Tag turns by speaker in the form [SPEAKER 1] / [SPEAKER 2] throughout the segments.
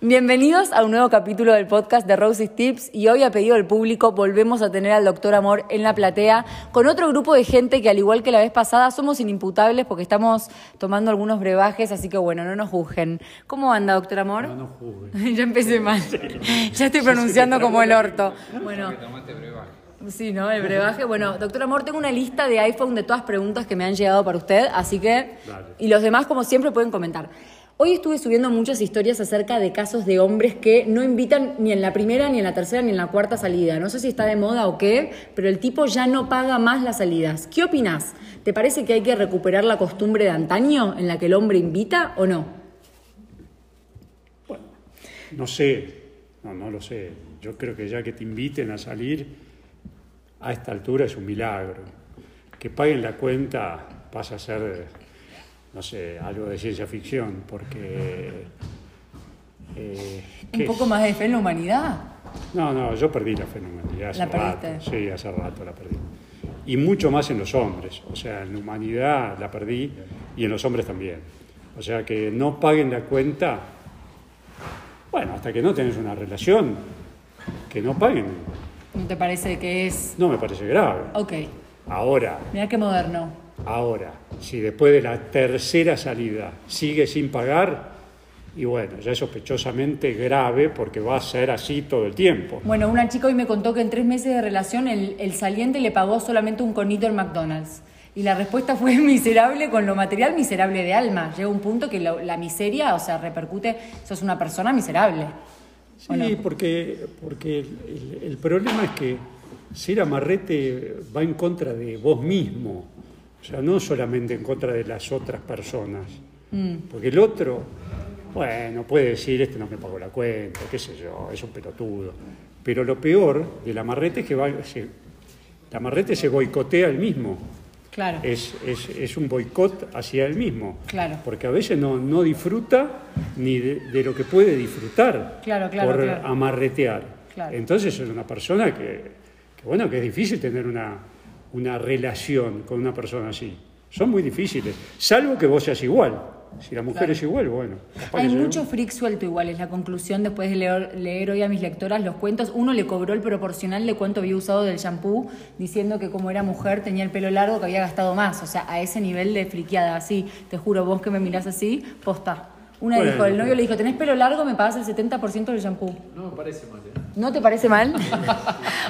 [SPEAKER 1] Bienvenidos a un nuevo capítulo del podcast de Roses Tips y hoy a pedido del público volvemos a tener al doctor Amor en la platea con otro grupo de gente que al igual que la vez pasada somos inimputables porque estamos tomando algunos brebajes, así que bueno, no nos juzguen. ¿Cómo anda, doctor Amor?
[SPEAKER 2] No juzgues.
[SPEAKER 1] ya empecé mal. ya estoy pronunciando como el orto. Bueno,
[SPEAKER 3] Tomaste brebaje.
[SPEAKER 1] sí, ¿no? El brebaje. Bueno, doctor Amor, tengo una lista de iPhone de todas preguntas que me han llegado para usted, así que...
[SPEAKER 2] Dale.
[SPEAKER 1] Y los demás, como siempre, pueden comentar. Hoy estuve subiendo muchas historias acerca de casos de hombres que no invitan ni en la primera, ni en la tercera, ni en la cuarta salida. No sé si está de moda o qué, pero el tipo ya no paga más las salidas. ¿Qué opinás? ¿Te parece que hay que recuperar la costumbre de antaño en la que el hombre invita o no?
[SPEAKER 2] No sé, no, no lo sé. Yo creo que ya que te inviten a salir a esta altura es un milagro. Que paguen la cuenta pasa a ser, no sé, algo de ciencia ficción, porque... eh, ¿qué es?
[SPEAKER 1] más de fe en la humanidad.
[SPEAKER 2] No, no, yo perdí la fenomenalidad hace
[SPEAKER 1] La
[SPEAKER 2] rato.
[SPEAKER 1] perdiste.
[SPEAKER 2] Sí, hace rato la perdí. Y mucho más en los hombres. O sea, en la humanidad la perdí y en los hombres también. O sea, que no paguen la cuenta. Bueno, hasta que no tenés una relación, que no paguen.
[SPEAKER 1] ¿No te parece que es...?
[SPEAKER 2] No me parece grave.
[SPEAKER 1] Ok,
[SPEAKER 2] Ahora,
[SPEAKER 1] mira qué moderno.
[SPEAKER 2] ahora, si después de la tercera salida sigue sin pagar, y bueno, ya es sospechosamente grave porque va a ser así todo el tiempo.
[SPEAKER 1] Bueno, una chica hoy me contó que en tres meses de relación el, el saliente le pagó solamente un conito en McDonald's. Y la respuesta fue miserable con lo material, miserable de alma. Llega un punto que lo- la miseria, o sea, repercute, sos una persona miserable.
[SPEAKER 2] Sí,
[SPEAKER 1] ¿O no?
[SPEAKER 2] porque, porque el, el- el problema es que ser amarrete va en contra de vos mismo, o sea, no solamente en contra de las otras personas,
[SPEAKER 1] Mm.
[SPEAKER 2] porque el otro, bueno, puede decir, este no me pagó la cuenta, qué sé yo, es un pelotudo, pero lo peor del amarrete es que va, se- el amarrete se boicotea el mismo,
[SPEAKER 1] Claro.
[SPEAKER 2] es, es- es un boicot hacia él mismo,
[SPEAKER 1] Claro.
[SPEAKER 2] porque a veces no, no disfruta ni de, de lo que puede disfrutar
[SPEAKER 1] Claro, claro,
[SPEAKER 2] por
[SPEAKER 1] claro.
[SPEAKER 2] amarretear.
[SPEAKER 1] Claro.
[SPEAKER 2] Entonces es una persona que, que, bueno, que es difícil tener una, una relación con una persona así. Son muy difíciles, salvo que vos seas igual. Si la mujer es igual, bueno. capaz
[SPEAKER 1] Hay
[SPEAKER 2] que sea-
[SPEAKER 1] mucho freak suelto igual, es la conclusión después de leer, leer hoy a mis lectoras los cuentos. Uno le cobró el proporcional de cuánto había usado del shampoo, diciendo que como era mujer tenía el pelo largo, que había gastado más. O sea, a ese nivel de friqueada, así, te juro, vos que me mirás así, posta. Una
[SPEAKER 2] Bueno.
[SPEAKER 1] dijo, el novio le dijo, tenés pelo largo, me pagas el 70% del shampoo.
[SPEAKER 3] No me parece mal, ¿eh?
[SPEAKER 1] ¿No te parece mal?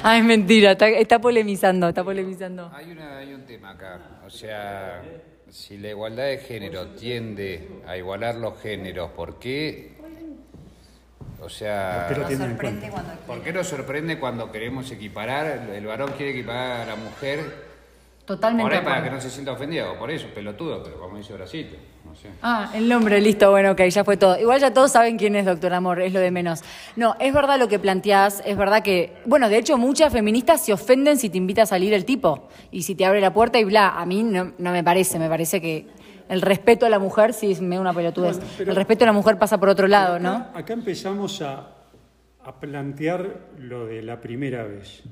[SPEAKER 1] ah, es mentira, está, está polemizando, está polemizando.
[SPEAKER 3] Hay, una, hay un tema acá. O sea, si la igualdad de género tiende a igualar los géneros, ¿por qué? O sea,
[SPEAKER 2] Pero tienen en cuenta.
[SPEAKER 3] ¿por qué nos sorprende cuando queremos equiparar? El varón quiere equiparar a la mujer.
[SPEAKER 1] Totalmente.
[SPEAKER 3] Por
[SPEAKER 1] de
[SPEAKER 3] ahí para que
[SPEAKER 1] acuerdo.
[SPEAKER 3] no se sienta ofendido, por eso, pelotudo, pero como dice Horacito, no sé.
[SPEAKER 1] Ah, el nombre, listo, bueno, ok, ya fue todo. Igual ya todos saben quién es Doctor Amor, es lo de menos. No, es verdad lo que planteás, es verdad que, bueno, de hecho muchas feministas se ofenden si te invita a salir el tipo y si te abre la puerta y bla, a mí no, no me parece, me parece que el respeto a la mujer sí es medio una pelotudez.
[SPEAKER 2] Bueno, pero-
[SPEAKER 1] el respeto a la mujer pasa por otro lado, ¿no?
[SPEAKER 2] Acá- Acá empezamos a, a plantear lo de la primera vez.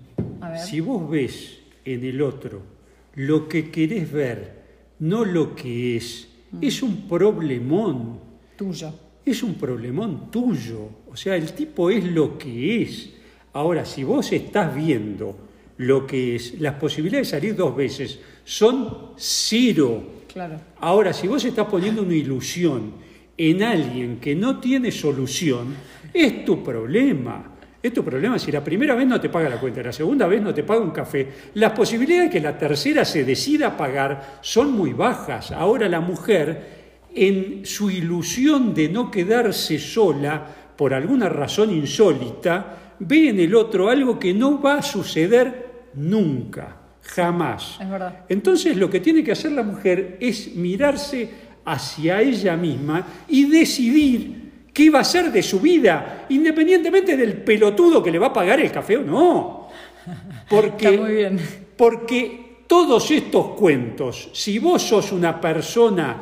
[SPEAKER 1] A ver.
[SPEAKER 2] Si vos ves en el otro lo que querés ver, no lo que es,
[SPEAKER 1] Mm.
[SPEAKER 2] es un problemón,
[SPEAKER 1] Tuyo.
[SPEAKER 2] es un problemón tuyo. O sea, el tipo es lo que es. Ahora, si vos estás viendo lo que es, las posibilidades de salir dos veces son cero.
[SPEAKER 1] Claro.
[SPEAKER 2] Ahora, si vos estás poniendo una ilusión en alguien que no tiene solución, es tu problema. Es tu problema si la primera vez no te paga la cuenta, la segunda vez no te paga un café. Las posibilidades de que la tercera se decida a pagar son muy bajas. Ahora la mujer, en su ilusión de no quedarse sola por alguna razón insólita, ve en el otro algo que no va a suceder nunca, jamás.
[SPEAKER 1] Es verdad.
[SPEAKER 2] Entonces lo que tiene que hacer la mujer es mirarse hacia ella misma y decidir qué va a hacer de su vida, independientemente del pelotudo que le va a pagar el café o no. Porque,
[SPEAKER 1] Está muy bien.
[SPEAKER 2] porque todos estos cuentos, si vos sos una persona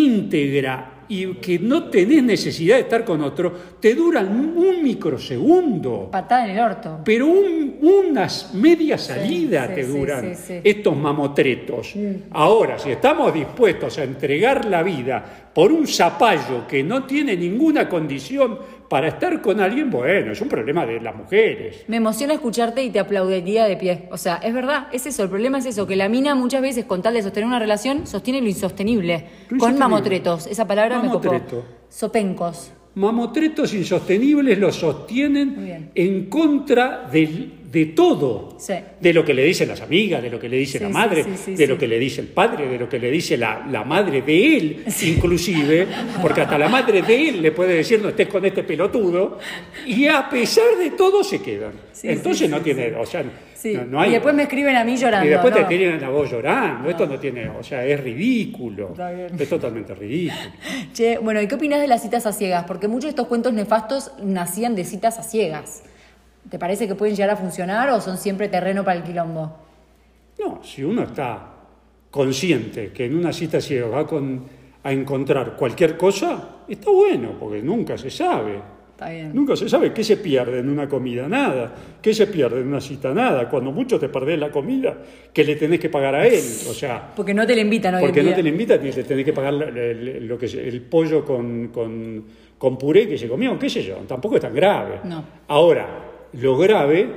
[SPEAKER 2] íntegra y que no tenés necesidad de estar con otro, te duran un microsegundo.
[SPEAKER 1] Patada en el orto.
[SPEAKER 2] Pero un- unas medias salidas
[SPEAKER 1] sí,
[SPEAKER 2] te
[SPEAKER 1] sí,
[SPEAKER 2] duran
[SPEAKER 1] sí, Mm. sí.
[SPEAKER 2] estos mamotretos. Ahora, si estamos dispuestos a entregar la vida por un zapallo que no tiene ninguna condición para estar con alguien, bueno, es un problema de las mujeres.
[SPEAKER 1] Me emociona escucharte y te aplaudiría de pie. O sea, es verdad, es eso. El problema es eso, que la mina muchas veces con tal de sostener una relación sostiene lo insostenible.
[SPEAKER 2] Lo
[SPEAKER 1] Con
[SPEAKER 2] insostenible.
[SPEAKER 1] mamotretos. Esa palabra me
[SPEAKER 2] Mamotreto.
[SPEAKER 1] copó. Sopencos.
[SPEAKER 2] Mamotretos insostenibles los
[SPEAKER 1] Muy
[SPEAKER 2] sostienen
[SPEAKER 1] bien.
[SPEAKER 2] en contra del- de todo.
[SPEAKER 1] Sí.
[SPEAKER 2] De lo que le dicen las amigas, de lo que le dice
[SPEAKER 1] Sí,
[SPEAKER 2] la
[SPEAKER 1] sí,
[SPEAKER 2] madre,
[SPEAKER 1] sí, sí,
[SPEAKER 2] de lo
[SPEAKER 1] sí.
[SPEAKER 2] que le dice el padre, de lo que le dice la, la madre de él, inclusive, porque hasta la madre de él le puede decir no estés con este pelotudo, y a pesar de todo se quedan.
[SPEAKER 1] Sí,
[SPEAKER 2] Entonces
[SPEAKER 1] sí,
[SPEAKER 2] no
[SPEAKER 1] sí,
[SPEAKER 2] tiene, o sea,
[SPEAKER 1] Sí.
[SPEAKER 2] no, no hay...
[SPEAKER 1] Y después me escriben a mí llorando.
[SPEAKER 2] Y después te
[SPEAKER 1] ¿no?
[SPEAKER 2] tienen a vos llorando, esto no tiene, o sea, es ridículo,
[SPEAKER 1] Está bien.
[SPEAKER 2] es totalmente ridículo.
[SPEAKER 1] Che, bueno, ¿y qué opinas de las citas a ciegas? Porque muchos de estos cuentos nefastos nacían de citas a ciegas. ¿Te parece que pueden llegar a funcionar o son siempre terreno para el quilombo?
[SPEAKER 2] No, si uno está consciente que en una cita ciega va con- a encontrar cualquier cosa, está bueno, porque nunca se sabe.
[SPEAKER 1] Está bien.
[SPEAKER 2] Nunca se sabe qué se pierde en una comida, nada. Qué se pierde en una cita, nada. Cuando mucho te perdés la comida, que le tenés que pagar a él. O sea,
[SPEAKER 1] Porque no te le invitan hoy en
[SPEAKER 2] porque no
[SPEAKER 1] día.
[SPEAKER 2] te le invitan y le tenés que pagar el, el- lo que es el pollo con, con- con puré que se comió, qué sé yo. Tampoco es tan grave.
[SPEAKER 1] No.
[SPEAKER 2] Ahora, lo grave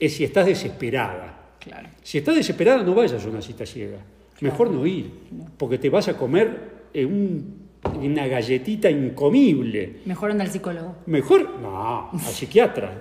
[SPEAKER 2] es si estás desesperada.
[SPEAKER 1] Claro.
[SPEAKER 2] Si estás desesperada, no vayas a una cita ciega. Mejor no ir, porque te vas a comer eh, un- una galletita incomible.
[SPEAKER 1] Mejor anda al psicólogo.
[SPEAKER 2] Mejor, no, al psiquiatra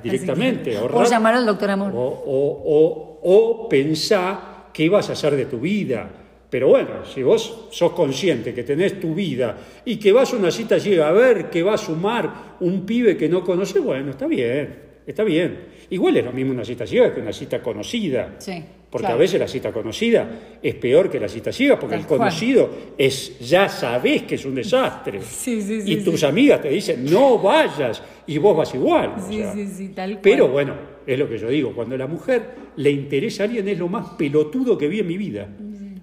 [SPEAKER 1] Así
[SPEAKER 2] directamente.
[SPEAKER 1] que-
[SPEAKER 2] ahorrar-
[SPEAKER 1] O llamar al doctor Amor.
[SPEAKER 2] o, o- o- o pensá qué vas a hacer de tu vida. Pero bueno, si vos sos consciente que tenés tu vida y que vas a una cita llega a ver que va a sumar un pibe que no conoce, bueno, está bien, está bien. Igual es lo mismo una cita ciega que una cita conocida.
[SPEAKER 1] Sí,
[SPEAKER 2] Porque
[SPEAKER 1] claro.
[SPEAKER 2] a veces la cita conocida es peor que la cita ciega, porque
[SPEAKER 1] Tal
[SPEAKER 2] el
[SPEAKER 1] cual.
[SPEAKER 2] conocido es ya sabés que es un desastre.
[SPEAKER 1] Sí, sí, sí,
[SPEAKER 2] y
[SPEAKER 1] sí.
[SPEAKER 2] tus amigas te dicen, no vayas, y vos vas igual. o
[SPEAKER 1] Sí,
[SPEAKER 2] sea,
[SPEAKER 1] sí, sí, tal cual.
[SPEAKER 2] pero bueno, es lo que yo digo, cuando a la mujer le interesa a alguien es lo más pelotudo que vi en mi vida.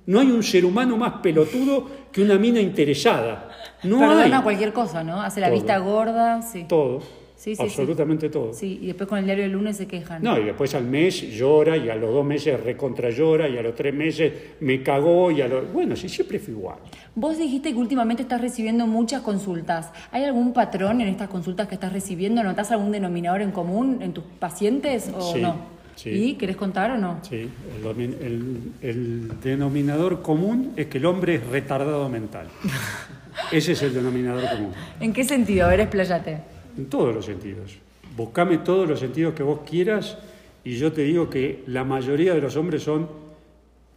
[SPEAKER 2] No hay un ser humano más pelotudo que una mina interesada. No
[SPEAKER 1] Perdona
[SPEAKER 2] hay
[SPEAKER 1] cualquier cosa, ¿no? Hace la
[SPEAKER 2] Todo.
[SPEAKER 1] vista gorda, sí.
[SPEAKER 2] todo,
[SPEAKER 1] Sí, sí, sí.
[SPEAKER 2] absolutamente todo.
[SPEAKER 1] Sí, y después con el diario del lunes se quejan.
[SPEAKER 2] No, y después al mes llora y a los dos meses recontra llora y a los tres meses me cagó y a los... Bueno, sí, siempre fue igual.
[SPEAKER 1] Vos dijiste que últimamente estás recibiendo muchas consultas. ¿Hay algún patrón en estas consultas que estás recibiendo? ¿Notás algún denominador en común en tus pacientes o
[SPEAKER 2] Sí,
[SPEAKER 1] no?
[SPEAKER 2] sí.
[SPEAKER 1] ¿Y querés contar o no?
[SPEAKER 2] Sí, el, domi- el- el denominador común es que el hombre es retardado mental. Ese es el denominador común.
[SPEAKER 1] ¿En qué sentido? A ver, expláyate.
[SPEAKER 2] En todos los sentidos. Buscame todos los sentidos que vos quieras y yo te digo que la mayoría de los hombres son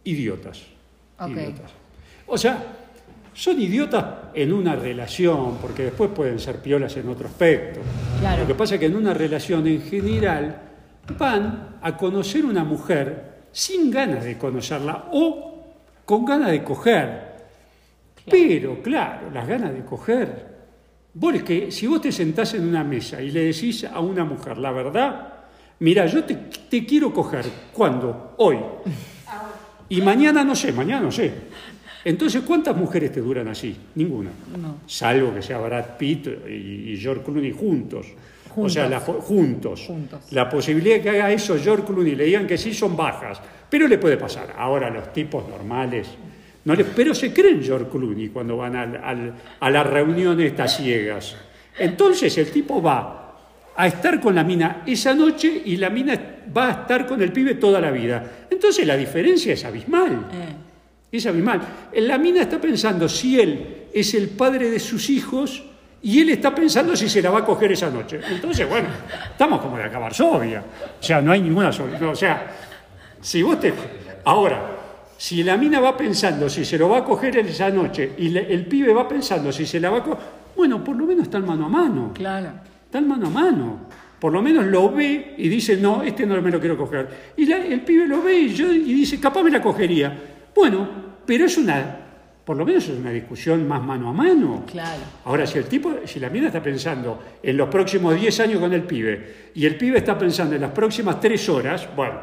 [SPEAKER 2] idiotas.
[SPEAKER 1] Ok.
[SPEAKER 2] Idiotas. O sea, son idiotas en una relación, porque después pueden ser piolas en otro aspecto.
[SPEAKER 1] Claro.
[SPEAKER 2] Lo que pasa es que en una relación en general van a conocer una mujer sin ganas de conocerla o con ganas de coger. Pero, claro, las ganas de coger. Vos es que si vos te sentás en una mesa y le decís a una mujer, la verdad, mira, yo te, te quiero coger, ¿cuándo? Hoy. Y mañana no sé, mañana no sé. Entonces, ¿cuántas mujeres te duran así? Ninguna.
[SPEAKER 1] No.
[SPEAKER 2] Salvo que sea Brad Pitt y, y George Clooney juntos. O
[SPEAKER 1] Juntos.
[SPEAKER 2] sea, la po- juntos.
[SPEAKER 1] Juntos.
[SPEAKER 2] La posibilidad de que haga eso George Clooney y le digan que sí son bajas, pero le puede pasar. Ahora los tipos normales, no les- pero se creen George Clooney cuando van al- al- a la reunión estas ciegas. Entonces el tipo va a estar con la mina esa noche y la mina va a estar con el pibe toda la vida. Entonces la diferencia es abismal.
[SPEAKER 1] Eh,
[SPEAKER 2] Es abismal. Eh, La mina está pensando si él es el padre de sus hijos y él está pensando si se la va a coger esa noche. Entonces, bueno, estamos como de acá Varsovia. O sea, no hay ninguna solución. O sea, si vos te... Ahora, si la mina va pensando si se lo va a coger esa noche y le- el pibe va pensando si se la va a coger... Bueno, por lo menos están mano a mano.
[SPEAKER 1] claro.
[SPEAKER 2] Están mano a mano. Por lo menos lo ve y dice, no, este no me lo quiero coger. Y la- el pibe lo ve y, yo, y dice, capaz me la cogería. Bueno, pero es una, por lo menos es una discusión más mano a mano.
[SPEAKER 1] Claro.
[SPEAKER 2] Ahora, si el tipo, si la mina está pensando en los próximos 10 años con el pibe y el pibe está pensando en las próximas 3 horas, bueno,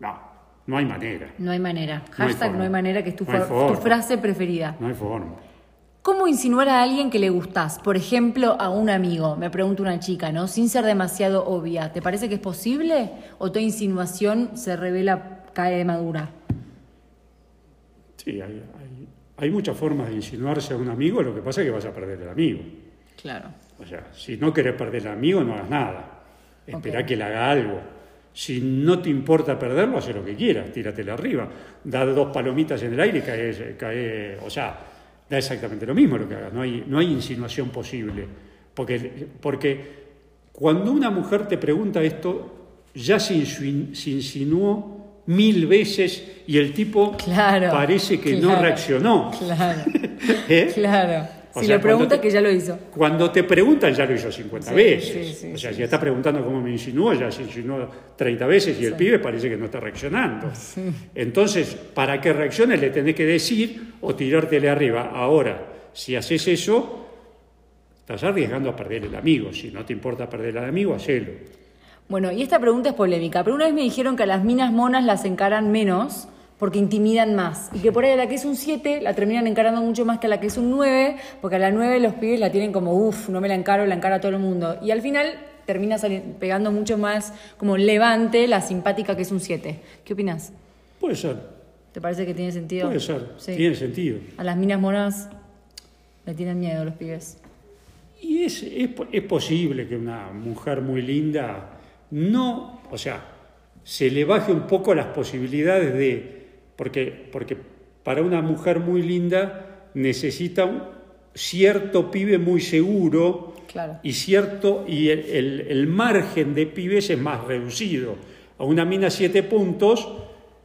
[SPEAKER 2] no, no hay manera,
[SPEAKER 1] No hay manera.
[SPEAKER 2] No hay
[SPEAKER 1] Hashtag
[SPEAKER 2] forma.
[SPEAKER 1] no hay manera, que es tu,
[SPEAKER 2] No hay
[SPEAKER 1] fa-
[SPEAKER 2] forma.
[SPEAKER 1] tu frase preferida.
[SPEAKER 2] no hay forma.
[SPEAKER 1] ¿Cómo insinuar a alguien que le gustás? Por ejemplo, a un amigo, me pregunta una chica, ¿no? Sin ser demasiado obvia. ¿Te parece que es posible? ¿O tu insinuación se revela, cae de madura?
[SPEAKER 2] Sí, hay, hay- hay muchas formas de insinuarse a un amigo, lo que pasa es que vas a perder el amigo.
[SPEAKER 1] Claro.
[SPEAKER 2] O sea, si no querés perder al amigo, no hagas nada. Esperá
[SPEAKER 1] Ok.
[SPEAKER 2] que le haga algo. Si no te importa perderlo, haz lo que quieras, tíratela arriba. Da dos palomitas en el aire y cae, cae- o sea, da exactamente lo mismo lo que hagas. No hay, no hay insinuación posible. Porque, porque cuando una mujer te pregunta esto, ya se, insu- se insinuó mil veces y el tipo
[SPEAKER 1] Claro.
[SPEAKER 2] parece que no
[SPEAKER 1] claro,
[SPEAKER 2] reaccionó.
[SPEAKER 1] Claro.
[SPEAKER 2] ¿Eh?
[SPEAKER 1] Claro.
[SPEAKER 2] O
[SPEAKER 1] si
[SPEAKER 2] sea,
[SPEAKER 1] lo pregunta,
[SPEAKER 2] cuando te-
[SPEAKER 1] que ya lo hizo.
[SPEAKER 2] Cuando te preguntan, ya lo hizo 50
[SPEAKER 1] Sí,
[SPEAKER 2] veces.
[SPEAKER 1] sí, sí,
[SPEAKER 2] o sea,
[SPEAKER 1] sí,
[SPEAKER 2] si está preguntando cómo me insinuó, ya se insinuó 30 veces y el pibe parece que no está reaccionando. Entonces, para que reaccione le tenés que decir o tirártele arriba. Ahora, si haces eso, estás arriesgando a perder el amigo. Si no te importa perder al amigo, hacelo.
[SPEAKER 1] Bueno, y esta pregunta es polémica, pero una vez me dijeron que a las minas monas las encaran menos porque intimidan más. Y que por ahí a la que es un 7 la terminan encarando mucho más que a la que es un 9, porque a la 9 los pibes la tienen como, uff, no me la encaro, la encara todo el mundo. Y al final termina sali- pegando mucho más como levante la simpática que es un 7. ¿Qué opinas?
[SPEAKER 2] Puede ser,
[SPEAKER 1] ¿Te parece que tiene sentido?
[SPEAKER 2] puede ser.
[SPEAKER 1] Sí.
[SPEAKER 2] Tiene sentido.
[SPEAKER 1] A las minas monas le tienen miedo los pibes.
[SPEAKER 2] Y es, es, po- es posible que una mujer muy linda no, o sea, se le baje un poco las posibilidades de, porque, porque para una mujer muy linda necesita un cierto pibe muy seguro
[SPEAKER 1] Claro.
[SPEAKER 2] y cierto, y el, el- el margen de pibes es más reducido. A una mina siete puntos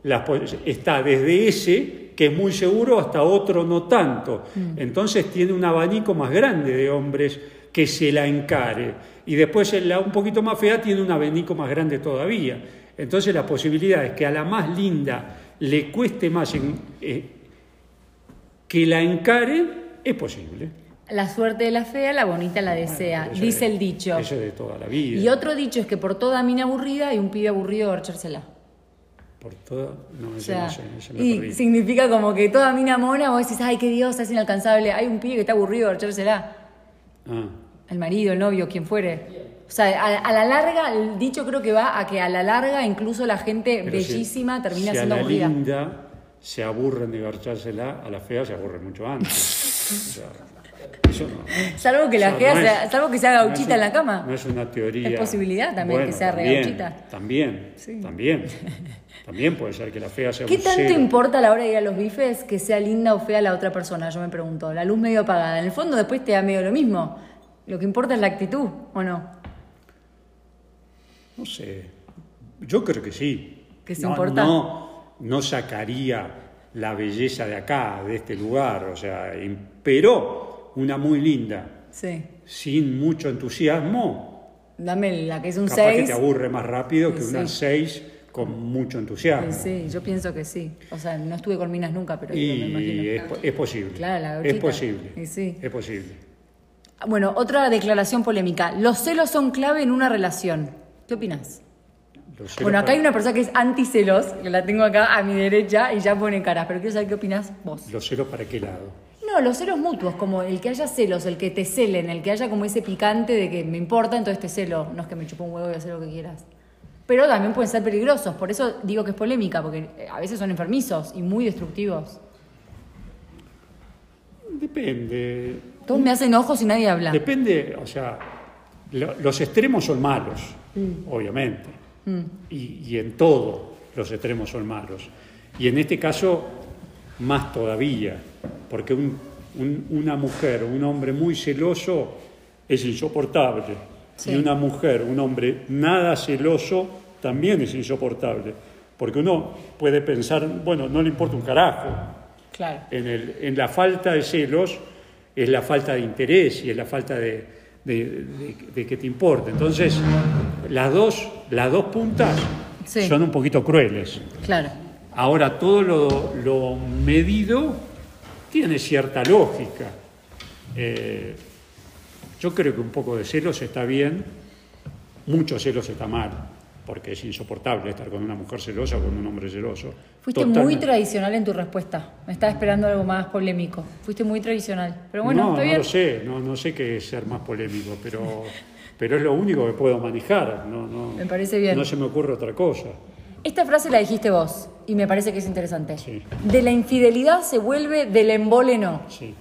[SPEAKER 2] las po- está desde ese, que es muy seguro, hasta otro no tanto.
[SPEAKER 1] Mm.
[SPEAKER 2] Entonces tiene un abanico más grande de hombres que se la encare. Y después en la un poquito más fea tiene un abanico más grande todavía. Entonces la posibilidad es que a la más linda le cueste más en- eh, que la encare, es posible.
[SPEAKER 1] La suerte de la fea, la bonita la desea,
[SPEAKER 2] Eso
[SPEAKER 1] dice
[SPEAKER 2] es-
[SPEAKER 1] el dicho.
[SPEAKER 2] Eso es de toda la vida.
[SPEAKER 1] Y otro dicho es que por toda mina aburrida hay un pibe aburrido de horchársela.
[SPEAKER 2] Por toda. No,
[SPEAKER 1] O
[SPEAKER 2] ese
[SPEAKER 1] sea,
[SPEAKER 2] no sé, ese me perdí.
[SPEAKER 1] y significa como que toda mina mona, vos decís, ay, qué diosa, es inalcanzable. Hay un pibe que está aburrido de horchársela.
[SPEAKER 2] Ah,
[SPEAKER 1] El marido, el novio, quien fuere. O sea, a, a la larga, el dicho creo que va a que a la larga incluso la gente
[SPEAKER 2] pero
[SPEAKER 1] bellísima
[SPEAKER 2] si-
[SPEAKER 1] termina
[SPEAKER 2] si
[SPEAKER 1] siendo
[SPEAKER 2] a la
[SPEAKER 1] aburrida.
[SPEAKER 2] linda se aburren de garchársela, a la fea se aburren mucho antes. O sea, eso no.
[SPEAKER 1] Salvo que la
[SPEAKER 2] Eso
[SPEAKER 1] fea
[SPEAKER 2] no
[SPEAKER 1] sea-
[SPEAKER 2] es-
[SPEAKER 1] salvo que sea gauchita
[SPEAKER 2] no es
[SPEAKER 1] en
[SPEAKER 2] un-
[SPEAKER 1] la cama.
[SPEAKER 2] No es una teoría.
[SPEAKER 1] Es posibilidad también que sea re
[SPEAKER 2] también,
[SPEAKER 1] gauchita.
[SPEAKER 2] También,
[SPEAKER 1] Sí.
[SPEAKER 2] también. También puede ser que la fea sea
[SPEAKER 1] ¿Qué
[SPEAKER 2] un
[SPEAKER 1] tanto
[SPEAKER 2] cero.
[SPEAKER 1] importa a la hora de ir a los bifes que sea linda o fea la otra persona? Yo me pregunto. La luz medio apagada. En el fondo después te da medio lo mismo. Lo que importa es la actitud, ¿o no?
[SPEAKER 2] No sé. Yo creo que sí.
[SPEAKER 1] Que es
[SPEAKER 2] no,
[SPEAKER 1] importante.
[SPEAKER 2] No, no sacaría la belleza de acá, de este lugar. O sea, pero una muy linda,
[SPEAKER 1] Sí.
[SPEAKER 2] sin mucho entusiasmo,
[SPEAKER 1] Dame la que es un
[SPEAKER 2] capaz que
[SPEAKER 1] 6.
[SPEAKER 2] te aburre más rápido que
[SPEAKER 1] Sí.
[SPEAKER 2] una seis con mucho entusiasmo.
[SPEAKER 1] Sí, yo pienso que sí. O sea, no estuve con minas nunca, pero digo, me
[SPEAKER 2] Y
[SPEAKER 1] imagino.
[SPEAKER 2] es, po- es posible.
[SPEAKER 1] Claro, la
[SPEAKER 2] es
[SPEAKER 1] gauchita.
[SPEAKER 2] posible.
[SPEAKER 1] Y sí.
[SPEAKER 2] Es posible.
[SPEAKER 1] Ah, Bueno, otra declaración polémica. Los celos son clave en una relación. ¿Qué opinas?
[SPEAKER 2] Los celos
[SPEAKER 1] Bueno, acá hay
[SPEAKER 2] para-
[SPEAKER 1] una persona que es anticelos, que la tengo acá a mi derecha y ya pone caras, pero quiero saber qué opinas vos.
[SPEAKER 2] ¿Los celos para qué lado?
[SPEAKER 1] No, los celos mutuos, como el que haya celos, el que te celen, el que haya como ese picante de que me importa, entonces te celo. No es que me chupo un huevo y hacer lo que quieras. Pero también pueden ser peligrosos, por eso digo que es polémica, porque eh, a veces son enfermizos y muy destructivos.
[SPEAKER 2] Depende.
[SPEAKER 1] Todos me hacen ojos y nadie habla.
[SPEAKER 2] Depende, o sea, lo- los extremos son malos,
[SPEAKER 1] Mm.
[SPEAKER 2] obviamente. Y, y en todo los extremos son malos. Y en este caso, más todavía, porque un- un- una mujer, un hombre muy celoso es insoportable.
[SPEAKER 1] Sí.
[SPEAKER 2] Y una mujer, un hombre nada celoso también es insoportable. Porque uno puede pensar, bueno, no le importa un carajo,
[SPEAKER 1] Claro.
[SPEAKER 2] en, el- en la falta de celos es la falta de interés y es la falta de, de- de- de que te importe. Entonces, las dos, las dos puntas
[SPEAKER 1] Sí.
[SPEAKER 2] son un poquito crueles.
[SPEAKER 1] Claro.
[SPEAKER 2] Ahora, todo lo, lo medido tiene cierta lógica. Eh, yo creo que un poco de celos está bien, mucho celos está mal, porque es insoportable estar con una mujer celosa o con un hombre celoso.
[SPEAKER 1] Fuiste muy
[SPEAKER 2] Totalmente.
[SPEAKER 1] tradicional en tu respuesta. Me estaba esperando algo más polémico. Fuiste muy tradicional. Pero bueno,
[SPEAKER 2] no,
[SPEAKER 1] está
[SPEAKER 2] no
[SPEAKER 1] bien.
[SPEAKER 2] lo sé, no, no sé qué es ser más polémico, pero, pero es lo único que puedo manejar. No, no,
[SPEAKER 1] Me parece bien.
[SPEAKER 2] No se me ocurre otra cosa.
[SPEAKER 1] Esta frase la dijiste vos y me parece que es interesante.
[SPEAKER 2] Sí.
[SPEAKER 1] De la infidelidad se vuelve del embole no.
[SPEAKER 2] Sí.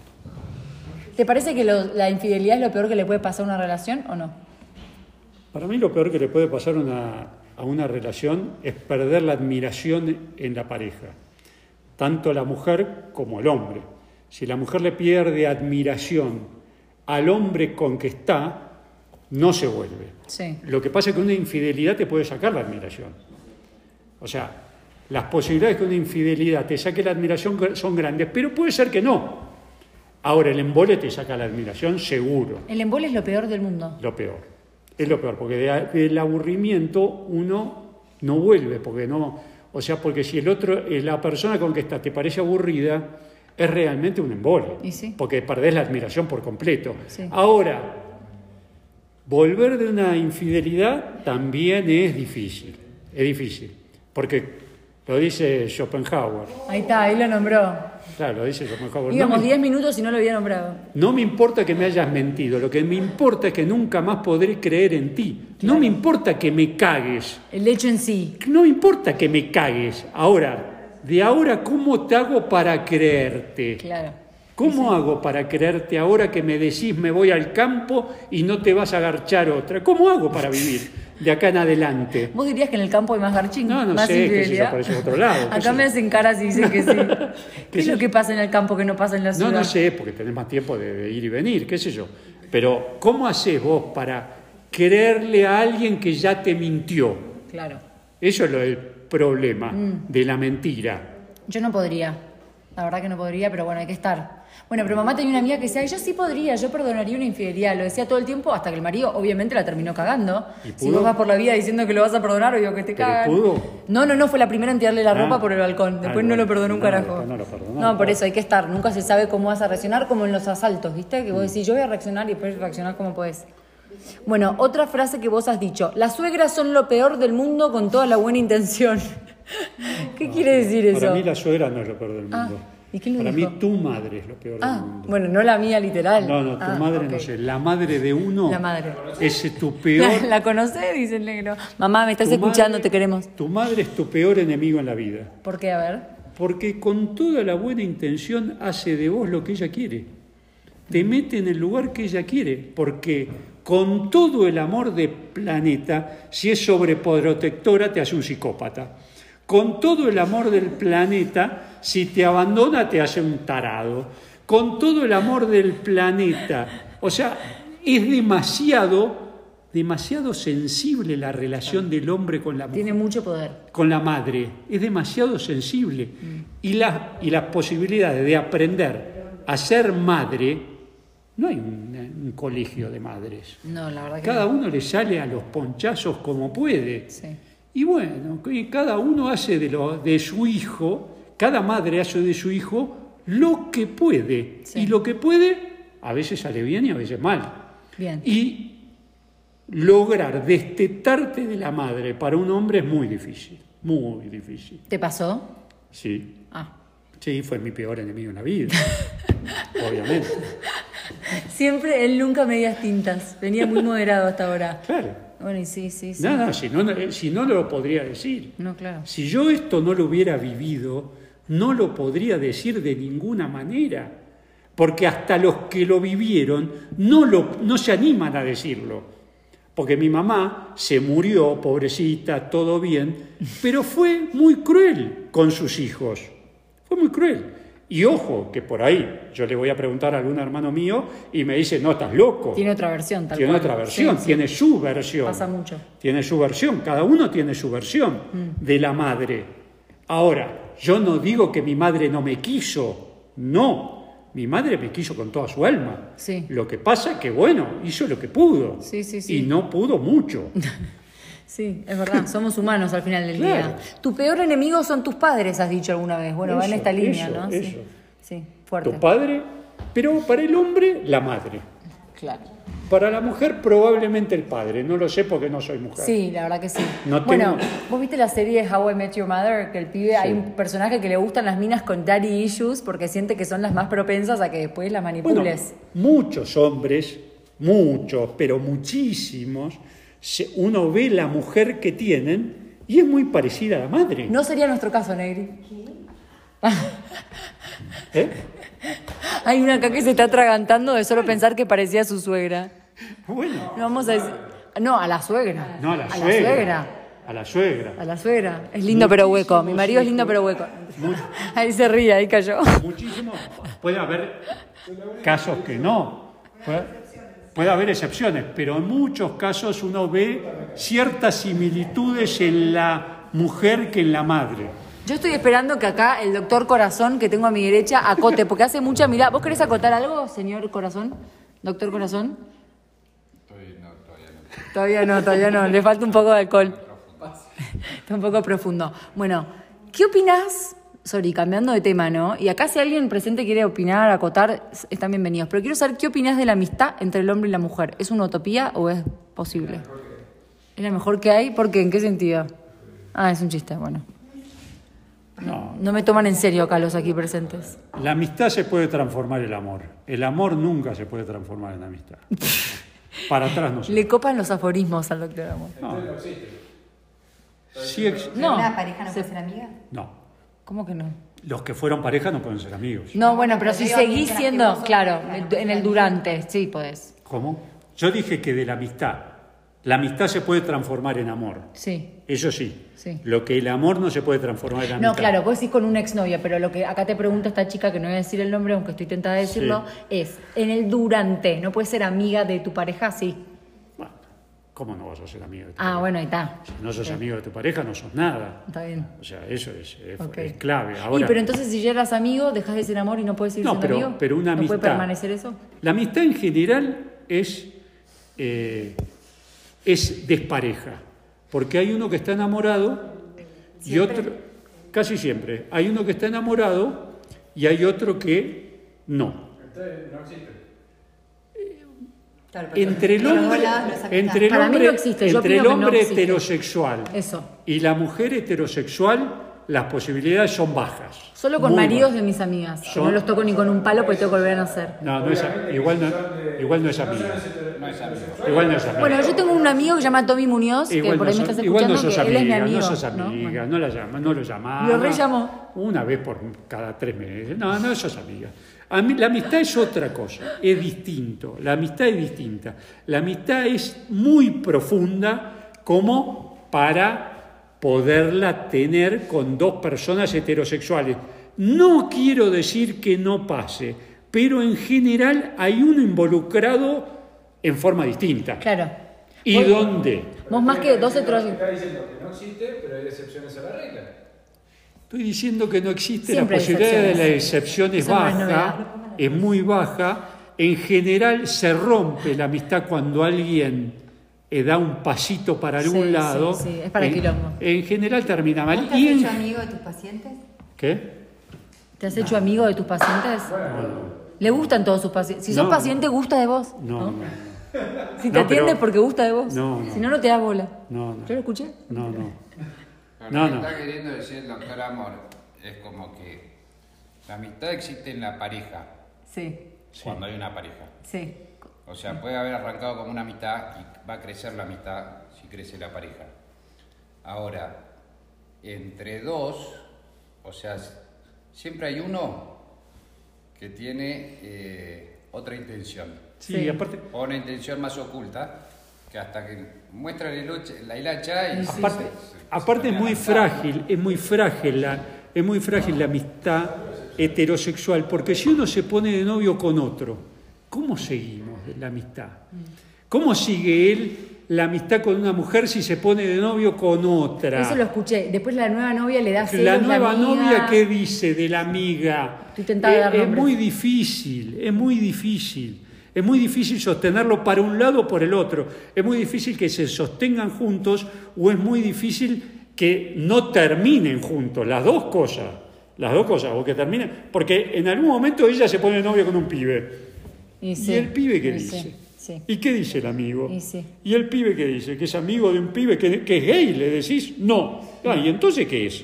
[SPEAKER 1] ¿Te parece que lo- la infidelidad es lo peor que le puede pasar a una relación o no?
[SPEAKER 2] Para mí lo peor que le puede pasar una- a una relación es perder la admiración en la pareja, tanto la mujer como el hombre. Si la mujer le pierde admiración al hombre con que está, no se vuelve.
[SPEAKER 1] Sí.
[SPEAKER 2] Lo que pasa es que una infidelidad te puede sacar la admiración. O sea, las posibilidades que una infidelidad te saque la admiración gr- son grandes, pero puede ser que no. Ahora, el embole te saca la admiración seguro,
[SPEAKER 1] El embole es lo peor del mundo.
[SPEAKER 2] lo peor. Es lo peor, porque de a- del aburrimiento uno no vuelve, porque no. O sea, porque si el otro, eh, la persona con que estás te parece aburrida, es realmente un embole.
[SPEAKER 1] Y sí.
[SPEAKER 2] Porque perdés la admiración por completo.
[SPEAKER 1] Sí.
[SPEAKER 2] Ahora, Volver de una infidelidad también es difícil, es difícil, porque lo dice Schopenhauer,
[SPEAKER 1] Ahí está, ahí lo nombró.
[SPEAKER 2] claro, lo dice Schopenhauer. No
[SPEAKER 1] Íbamos
[SPEAKER 2] me,
[SPEAKER 1] 10 minutos y no lo había nombrado.
[SPEAKER 2] no me importa que me hayas mentido, lo que me importa es que nunca más podré creer en ti. No me importa que me cagues,
[SPEAKER 1] El hecho en sí.
[SPEAKER 2] no me importa que me cagues. Ahora, de ahora, ¿cómo te hago para creerte?
[SPEAKER 1] Claro.
[SPEAKER 2] ¿Cómo hago para creerte ahora que me decís me voy al campo y no te vas a agarchar otra? ¿Cómo hago para vivir de acá en adelante?
[SPEAKER 1] ¿Vos dirías que en el campo hay más garchín?
[SPEAKER 2] No, no
[SPEAKER 1] más
[SPEAKER 2] sé, qué sé yo,
[SPEAKER 1] infidelidad?
[SPEAKER 2] parece otro lado, qué sé
[SPEAKER 1] Acá
[SPEAKER 2] yo.
[SPEAKER 1] me hacen caras y dicen que sí. ¿Qué es
[SPEAKER 2] sé
[SPEAKER 1] lo
[SPEAKER 2] yo?
[SPEAKER 1] que pasa en el campo que no pasa en la ciudad?
[SPEAKER 2] No, no sé, porque tenés más tiempo de, de ir y venir, qué sé yo. Pero, ¿cómo haces vos para creerle a alguien que ya te mintió?
[SPEAKER 1] Claro.
[SPEAKER 2] Eso es lo del problema
[SPEAKER 1] Mm.
[SPEAKER 2] de la mentira.
[SPEAKER 1] Yo no podría. La verdad que no podría, pero bueno, hay que estar. Bueno, pero mamá tenía una amiga que decía, yo sí podría, yo perdonaría una infidelidad. Lo decía todo el tiempo hasta que el marido obviamente la terminó cagando.
[SPEAKER 2] ¿Y
[SPEAKER 1] Si
[SPEAKER 2] pudo?
[SPEAKER 1] vos vas por la vida diciendo que lo vas a perdonar, obvio que te
[SPEAKER 2] ¿Pero
[SPEAKER 1] cagan.
[SPEAKER 2] pudo?
[SPEAKER 1] No, no, no, fue la primera en tirarle la
[SPEAKER 2] Ah.
[SPEAKER 1] ropa por el balcón. Después
[SPEAKER 2] Ah,
[SPEAKER 1] no
[SPEAKER 2] bueno.
[SPEAKER 1] lo perdonó un
[SPEAKER 2] No,
[SPEAKER 1] carajo.
[SPEAKER 2] después no lo perdonó.
[SPEAKER 1] No, por eso hay que estar. Nunca se sabe cómo vas a reaccionar, como en los asaltos, ¿viste?
[SPEAKER 2] Mm.
[SPEAKER 1] Que vos decís, yo voy a reaccionar y después reaccionar como podés. Bueno, otra frase que vos has dicho. Las suegras son lo peor del mundo con toda la buena intención. ¿Qué quiere decir eso?
[SPEAKER 2] Para mí la suegra no es lo peor del
[SPEAKER 1] Ah,
[SPEAKER 2] mundo.
[SPEAKER 1] ¿y quién lo
[SPEAKER 2] para
[SPEAKER 1] dijo?
[SPEAKER 2] mí tu madre es lo peor
[SPEAKER 1] Ah,
[SPEAKER 2] del mundo.
[SPEAKER 1] bueno, no la mía literal.
[SPEAKER 2] No, no, tu
[SPEAKER 1] Ah,
[SPEAKER 2] madre no
[SPEAKER 1] ok.
[SPEAKER 2] sé. La madre de uno
[SPEAKER 1] La madre.
[SPEAKER 2] es tu
[SPEAKER 1] ¿La,
[SPEAKER 2] peor.
[SPEAKER 1] la conocés? Dice el negro. Mamá, me estás
[SPEAKER 2] tu
[SPEAKER 1] escuchando,
[SPEAKER 2] madre-
[SPEAKER 1] te queremos.
[SPEAKER 2] Tu madre es tu peor enemigo en la vida.
[SPEAKER 1] ¿Por qué? A ver.
[SPEAKER 2] Porque con toda la buena intención hace de vos lo que ella quiere. Te mete en el lugar que ella quiere. Porque con todo el amor del planeta, si es sobreprotectora, te hace un psicópata. Con todo el amor del planeta, si te abandona, te hace un tarado. Con todo el amor del planeta. O sea, es demasiado, demasiado sensible la relación del hombre con la mujer
[SPEAKER 1] Tiene mucho poder.
[SPEAKER 2] con la madre, es demasiado sensible. Y, las y las posibilidades de aprender a ser madre, no hay un, un colegio de madres.
[SPEAKER 1] No, la verdad que
[SPEAKER 2] Cada
[SPEAKER 1] no.
[SPEAKER 2] uno le sale a los ponchazos como puede.
[SPEAKER 1] Sí.
[SPEAKER 2] Y bueno, que cada uno hace de, lo, de su hijo, cada madre hace de su hijo lo que puede.
[SPEAKER 1] Sí.
[SPEAKER 2] Y lo que puede a veces sale bien y a veces mal.
[SPEAKER 1] Bien.
[SPEAKER 2] Y lograr destetarte de la madre para un hombre es muy difícil, muy difícil.
[SPEAKER 1] ¿Te pasó?
[SPEAKER 2] Sí,
[SPEAKER 1] Ah.
[SPEAKER 2] sí, fue mi peor enemigo en la vida, obviamente.
[SPEAKER 1] Siempre él nunca medias tintas. Venía muy moderado hasta ahora.
[SPEAKER 2] Claro.
[SPEAKER 1] Bueno, y sí, sí, sí.
[SPEAKER 2] No, no, si no, no- si no lo podría decir.
[SPEAKER 1] No, claro.
[SPEAKER 2] Si yo esto no lo hubiera vivido, no lo podría decir de ninguna manera. Porque hasta los que lo vivieron no, lo, no se animan a decirlo. Porque mi mamá se murió, pobrecita, todo bien, pero fue muy cruel con sus hijos. Fue muy cruel. Y ojo, que por ahí yo le voy a preguntar a algún hermano mío y me dice, no, estás loco.
[SPEAKER 1] Tiene otra versión, tal
[SPEAKER 2] Tiene
[SPEAKER 1] cual.
[SPEAKER 2] otra versión,
[SPEAKER 1] Sí, sí.
[SPEAKER 2] tiene su versión
[SPEAKER 1] Pasa mucho. Mm.
[SPEAKER 2] tiene su versión, cada uno tiene su versión de la madre. Ahora, yo no digo que mi madre no me quiso, no, mi madre me quiso con toda su alma.
[SPEAKER 1] Sí.
[SPEAKER 2] Lo que pasa que, bueno, hizo lo que pudo
[SPEAKER 1] Sí, sí, sí.
[SPEAKER 2] y no pudo mucho.
[SPEAKER 1] Sí, es verdad. Somos humanos al final del
[SPEAKER 2] Claro.
[SPEAKER 1] día. Tu peor enemigo son tus padres, has dicho alguna vez. Bueno, va en
[SPEAKER 2] Eso,
[SPEAKER 1] esta línea,
[SPEAKER 2] eso,
[SPEAKER 1] ¿no?
[SPEAKER 2] eso.
[SPEAKER 1] Sí. Sí, fuerte.
[SPEAKER 2] Tu padre, pero para el hombre, la madre.
[SPEAKER 1] Claro.
[SPEAKER 2] Para la mujer, probablemente el padre, no lo sé porque no soy mujer.
[SPEAKER 1] Sí, la verdad que sí.
[SPEAKER 2] No
[SPEAKER 1] bueno,
[SPEAKER 2] tengo-
[SPEAKER 1] vos viste la serie de How I Met Your Mother, que el pibe,
[SPEAKER 2] Sí.
[SPEAKER 1] hay un personaje que le gustan las minas con daddy issues porque siente que son las más propensas a que después las
[SPEAKER 2] Bueno,
[SPEAKER 1] manipules.
[SPEAKER 2] muchos hombres, muchos, pero muchísimos, se- uno ve la mujer que tienen y es muy parecida a la madre.
[SPEAKER 1] No sería nuestro caso, Negri.
[SPEAKER 2] ¿Eh?
[SPEAKER 1] Hay una acá que se está atragantando de solo pensar que parecía su suegra.
[SPEAKER 2] Bueno,
[SPEAKER 1] No vamos a decir. No, a la suegra.
[SPEAKER 2] no a la
[SPEAKER 1] a
[SPEAKER 2] suegra. A la suegra.
[SPEAKER 1] A la suegra. Es lindo pero hueco. Mi marido es lindo pero hueco. Ahí se ríe, ahí cayó.
[SPEAKER 2] Muchísimo. Puede haber casos que no. Puede, puede haber excepciones, pero en muchos casos uno ve ciertas similitudes en la mujer que en la madre.
[SPEAKER 1] Yo estoy esperando que acá el doctor Corazón que tengo a mi derecha acote, porque hace mucha mirada. ¿Vos querés acotar algo, señor Corazón? ¿Doctor Corazón? Todavía no, todavía no. Le falta un poco de alcohol. Está un poco profundo. Bueno, ¿qué opinás? Sorry, cambiando de tema, ¿no? Y acá si alguien presente quiere opinar, acotar, s- están bienvenidos. Pero quiero saber qué opinás de la amistad entre el hombre y la mujer. ¿Es una utopía o es posible? Es la mejor que hay, ¿por qué? ¿En qué sentido? Ah, es un chiste, bueno.
[SPEAKER 2] No.
[SPEAKER 1] No me toman en serio acá los aquí presentes.
[SPEAKER 2] La amistad se puede transformar el amor. El amor nunca se puede transformar en amistad. Para atrás no se
[SPEAKER 1] Le copan los aforismos al doctor Amor.
[SPEAKER 2] Sí ex-
[SPEAKER 1] No.
[SPEAKER 4] ¿Una pareja no
[SPEAKER 1] Se-
[SPEAKER 4] puede ser amiga?
[SPEAKER 2] No.
[SPEAKER 1] ¿Cómo que no?
[SPEAKER 2] Los que fueron pareja no pueden ser amigos.
[SPEAKER 1] No, bueno, pero si
[SPEAKER 4] Pero digo,
[SPEAKER 1] seguís
[SPEAKER 4] mientras que
[SPEAKER 1] siendo,
[SPEAKER 4] vos-
[SPEAKER 1] claro, en el durante, sí podés.
[SPEAKER 2] ¿Cómo? Yo dije que de la amistad. La amistad se puede transformar en amor.
[SPEAKER 1] Sí.
[SPEAKER 2] Eso sí.
[SPEAKER 1] Sí.
[SPEAKER 2] Lo que el amor no se puede transformar en amistad.
[SPEAKER 1] No, claro, vos decís con una exnovia, pero lo que acá te pregunta esta chica, que no voy a decir el nombre, aunque estoy tentada de decirlo, es en el durante, no puedes ser amiga de tu pareja, sí.
[SPEAKER 2] Bueno, ¿Cómo no vas a ser amigo de tu
[SPEAKER 1] Ah,
[SPEAKER 2] pareja?
[SPEAKER 1] bueno, ahí está.
[SPEAKER 2] Si no sos amigo de tu pareja, no sos nada.
[SPEAKER 1] Está bien.
[SPEAKER 2] O sea, eso es, es-
[SPEAKER 1] Ok.
[SPEAKER 2] es clave.
[SPEAKER 1] y
[SPEAKER 2] Ahora,
[SPEAKER 1] pero entonces si ya eras amigo, dejas de ser amor y no puedes seguir
[SPEAKER 2] No,
[SPEAKER 1] siendo
[SPEAKER 2] pero-
[SPEAKER 1] amigo.
[SPEAKER 2] pero una
[SPEAKER 1] ¿No puede
[SPEAKER 2] amistad.
[SPEAKER 1] permanecer eso?
[SPEAKER 2] la amistad en general es, eh, es despareja. Porque hay uno que está enamorado y otro. Casi siempre. Hay uno que está enamorado y hay otro que no.
[SPEAKER 4] Claro, porque
[SPEAKER 2] Entre el
[SPEAKER 4] de los dos
[SPEAKER 2] hombre,
[SPEAKER 4] lados no es amistad.
[SPEAKER 2] entre el
[SPEAKER 1] Para mí
[SPEAKER 2] hombre,
[SPEAKER 1] no existe, yo
[SPEAKER 2] entre
[SPEAKER 1] opino
[SPEAKER 2] el
[SPEAKER 1] que no
[SPEAKER 2] hombre
[SPEAKER 1] existe.
[SPEAKER 2] heterosexual
[SPEAKER 1] Eso.
[SPEAKER 2] y la mujer heterosexual, las posibilidades son bajas.
[SPEAKER 1] Solo con
[SPEAKER 2] Muy
[SPEAKER 1] maridos
[SPEAKER 2] bajas.
[SPEAKER 1] de mis amigas.
[SPEAKER 2] Yo-
[SPEAKER 1] No los toco ni con un palo porque tengo que volver a nacer.
[SPEAKER 2] No, no es, igual, no, igual no es amigo. Igual no es amigo.
[SPEAKER 1] Bueno, yo tengo un amigo que se llama Tommy Muñoz, que
[SPEAKER 2] Eh, Igual
[SPEAKER 1] por ahí me
[SPEAKER 2] sos-
[SPEAKER 1] estás
[SPEAKER 2] igual
[SPEAKER 1] escuchando, que él es mi
[SPEAKER 2] amiga,
[SPEAKER 1] amigo.
[SPEAKER 2] no sos
[SPEAKER 1] ¿no?
[SPEAKER 2] amiga,
[SPEAKER 1] Bueno.
[SPEAKER 2] no, la llama, no lo llamaba.
[SPEAKER 1] Lo rellamó.
[SPEAKER 2] Una vez por cada tres meses. No, no sos amiga. A mí- la amistad es otra cosa, es distinto. La amistad es distinta. La amistad es muy profunda como para poderla tener con dos personas heterosexuales. No quiero decir que no pase, pero en general hay uno involucrado en forma distinta.
[SPEAKER 1] Claro.
[SPEAKER 2] ¿Y
[SPEAKER 1] Vos-
[SPEAKER 2] dónde?
[SPEAKER 1] Vos más que dos
[SPEAKER 5] otros.
[SPEAKER 1] heterosexuales.
[SPEAKER 5] Está diciendo que no existe, pero hay excepciones a la regla.
[SPEAKER 2] Estoy diciendo que no existe
[SPEAKER 1] Siempre
[SPEAKER 2] la
[SPEAKER 1] hay
[SPEAKER 2] posibilidad de la
[SPEAKER 1] excepciones.
[SPEAKER 2] excepción es
[SPEAKER 1] Eso no es
[SPEAKER 2] baja, es muy baja. En general se rompe la amistad cuando alguien eh, da un pasito para algún
[SPEAKER 1] Sí,
[SPEAKER 2] lado.
[SPEAKER 1] sí, sí, es para
[SPEAKER 2] en,
[SPEAKER 1] quilombo.
[SPEAKER 2] En general termina
[SPEAKER 4] ¿Vos
[SPEAKER 2] mal.
[SPEAKER 4] te has
[SPEAKER 2] Y en-
[SPEAKER 4] hecho amigo de tus pacientes?
[SPEAKER 2] ¿Qué?
[SPEAKER 1] ¿Te has hecho amigo de tus pacientes? ¿Le gustan todos sus pacientes? Si sos
[SPEAKER 2] No.
[SPEAKER 1] paciente, gusta de vos.
[SPEAKER 2] No, no,
[SPEAKER 1] Si te
[SPEAKER 2] No, pero-
[SPEAKER 1] atiendes porque gusta de vos.
[SPEAKER 2] No, no.
[SPEAKER 1] Si no, no te das bola.
[SPEAKER 2] no, no,
[SPEAKER 1] ¿Yo lo escuché?
[SPEAKER 2] no, no.
[SPEAKER 3] Lo
[SPEAKER 2] No,
[SPEAKER 3] que
[SPEAKER 2] no.
[SPEAKER 3] está queriendo decir el doctor Amor es como que la amistad existe en la pareja,
[SPEAKER 1] Sí,
[SPEAKER 3] cuando hay una pareja.
[SPEAKER 1] sí.
[SPEAKER 3] O sea, puede haber arrancado como una mitad y va a crecer la mitad si crece la pareja. Ahora, entre dos, o sea, s- siempre hay uno que tiene eh, otra intención.
[SPEAKER 2] Sí,
[SPEAKER 1] Sí.
[SPEAKER 2] aparte,
[SPEAKER 3] O una intención más oculta, que hasta que muestran el hoch- la hilacha y...
[SPEAKER 2] aparte,
[SPEAKER 3] se- se-
[SPEAKER 2] aparte
[SPEAKER 3] se-
[SPEAKER 2] es muy frágil, es muy frágil la, es muy frágil la amistad heterosexual, porque si uno se pone de novio con otro, ¿cómo seguimos de la amistad?
[SPEAKER 1] Mm.
[SPEAKER 2] ¿Cómo sigue él la amistad con una mujer si se pone de novio con otra?
[SPEAKER 1] Eso lo escuché. Después la nueva novia le da celos,
[SPEAKER 2] La nueva
[SPEAKER 1] amiga.
[SPEAKER 2] novia, ¿qué dice de la amiga? Eh,
[SPEAKER 1] Estoy tentada de
[SPEAKER 2] Es-
[SPEAKER 1] dar
[SPEAKER 2] es,
[SPEAKER 1] nombres.
[SPEAKER 2] muy difícil, es muy difícil. Es muy difícil sostenerlo para un lado o por el otro. Es muy difícil que se sostengan juntos o es muy difícil que no terminen juntos. Las dos cosas. Las dos cosas. O que terminen. Porque en algún momento ella se pone de novio con un pibe.
[SPEAKER 1] Y,
[SPEAKER 2] ¿Y,
[SPEAKER 1] sí,
[SPEAKER 2] el pibe qué
[SPEAKER 1] y
[SPEAKER 2] dice?
[SPEAKER 1] Sí, sí.
[SPEAKER 2] ¿Y qué dice el amigo?
[SPEAKER 1] Y sí.
[SPEAKER 2] ¿Y el pibe qué dice? ¿Que es amigo de un pibe que, que es gay? Le decís, no. Ah, ¿Y entonces qué es?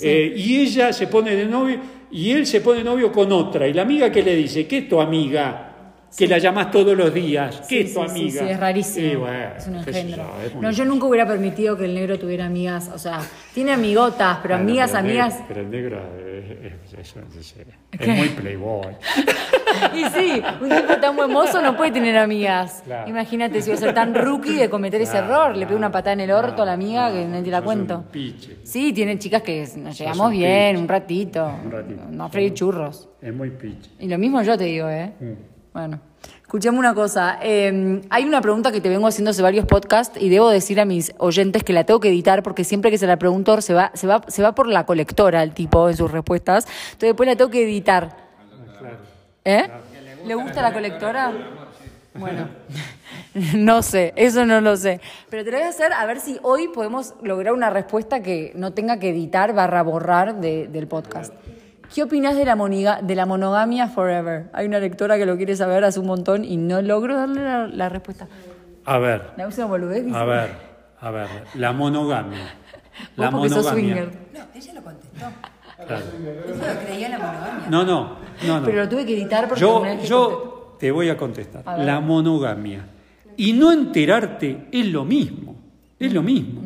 [SPEAKER 2] Eh, y ella se pone de novio, y él se pone de novio con otra. ¿Y la amiga qué le dice? ¿Qué es tu amiga? que la llamas todos los días, que
[SPEAKER 1] Sí,
[SPEAKER 2] es tu
[SPEAKER 1] sí, sí,
[SPEAKER 2] amiga.
[SPEAKER 1] Sí, es rarísimo.
[SPEAKER 2] Y bueno,
[SPEAKER 1] es un
[SPEAKER 2] qué sé
[SPEAKER 1] engendro.
[SPEAKER 2] yo, es muy-
[SPEAKER 1] no, yo nunca hubiera permitido que el negro tuviera amigas. O sea, tiene amigotas, pero
[SPEAKER 2] Bueno,
[SPEAKER 1] amigas,
[SPEAKER 2] pero el negro-
[SPEAKER 1] amigas.
[SPEAKER 2] Pero el negro eh, es, es- es- es- es muy playboy.
[SPEAKER 1] Y sí, un tipo tan buen mozo no puede tener amigas.
[SPEAKER 2] Claro.
[SPEAKER 1] Imagínate si iba a ser tan rookie de cometer ese
[SPEAKER 2] Claro,
[SPEAKER 1] error. Le
[SPEAKER 2] claro,
[SPEAKER 1] pego una patada en el orto a la amiga
[SPEAKER 2] claro,
[SPEAKER 1] que no te la
[SPEAKER 2] sos
[SPEAKER 1] cuento.
[SPEAKER 2] un piche.
[SPEAKER 1] Sí, tiene chicas que nos
[SPEAKER 2] un
[SPEAKER 1] llegamos bien,
[SPEAKER 2] piche.
[SPEAKER 1] un ratito.
[SPEAKER 2] Un ratito.
[SPEAKER 1] No a freír churros.
[SPEAKER 2] Es muy piche.
[SPEAKER 1] Y lo mismo yo te digo, ¿eh?
[SPEAKER 2] Mm.
[SPEAKER 1] Bueno, escuchame una cosa. eh, hay una pregunta que te vengo haciendo hace varios podcasts y debo decir a mis oyentes que la tengo que editar porque siempre que se la pregunto se va, se va, se va por la colectora el tipo en sus respuestas. Entonces después la tengo que editar. ¿Eh? ¿Le gusta la colectora? Bueno, no sé, eso no lo sé. Pero te lo voy a hacer a ver si hoy podemos lograr una respuesta que no tenga que editar barra borrar de- del podcast. ¿Qué opinás de la, moniga- de la monogamia forever? Hay una lectora que lo quiere saber hace un montón y no logro darle la, la respuesta.
[SPEAKER 2] A ver,
[SPEAKER 1] La última boludez dice.
[SPEAKER 2] a ver, a ver. La monogamia.
[SPEAKER 1] Vos
[SPEAKER 2] La
[SPEAKER 1] porque sos
[SPEAKER 2] monogamia.
[SPEAKER 1] swinger.
[SPEAKER 4] No, ella lo contestó.
[SPEAKER 2] Claro.
[SPEAKER 4] Yo no creía en la monogamia.
[SPEAKER 2] No, no, no, no.
[SPEAKER 1] Pero lo tuve que editar porque
[SPEAKER 2] Yo,
[SPEAKER 1] una vez que contesté-
[SPEAKER 2] yo te voy a contestar. la monogamia. Y no enterarte es lo mismo. Es lo mismo.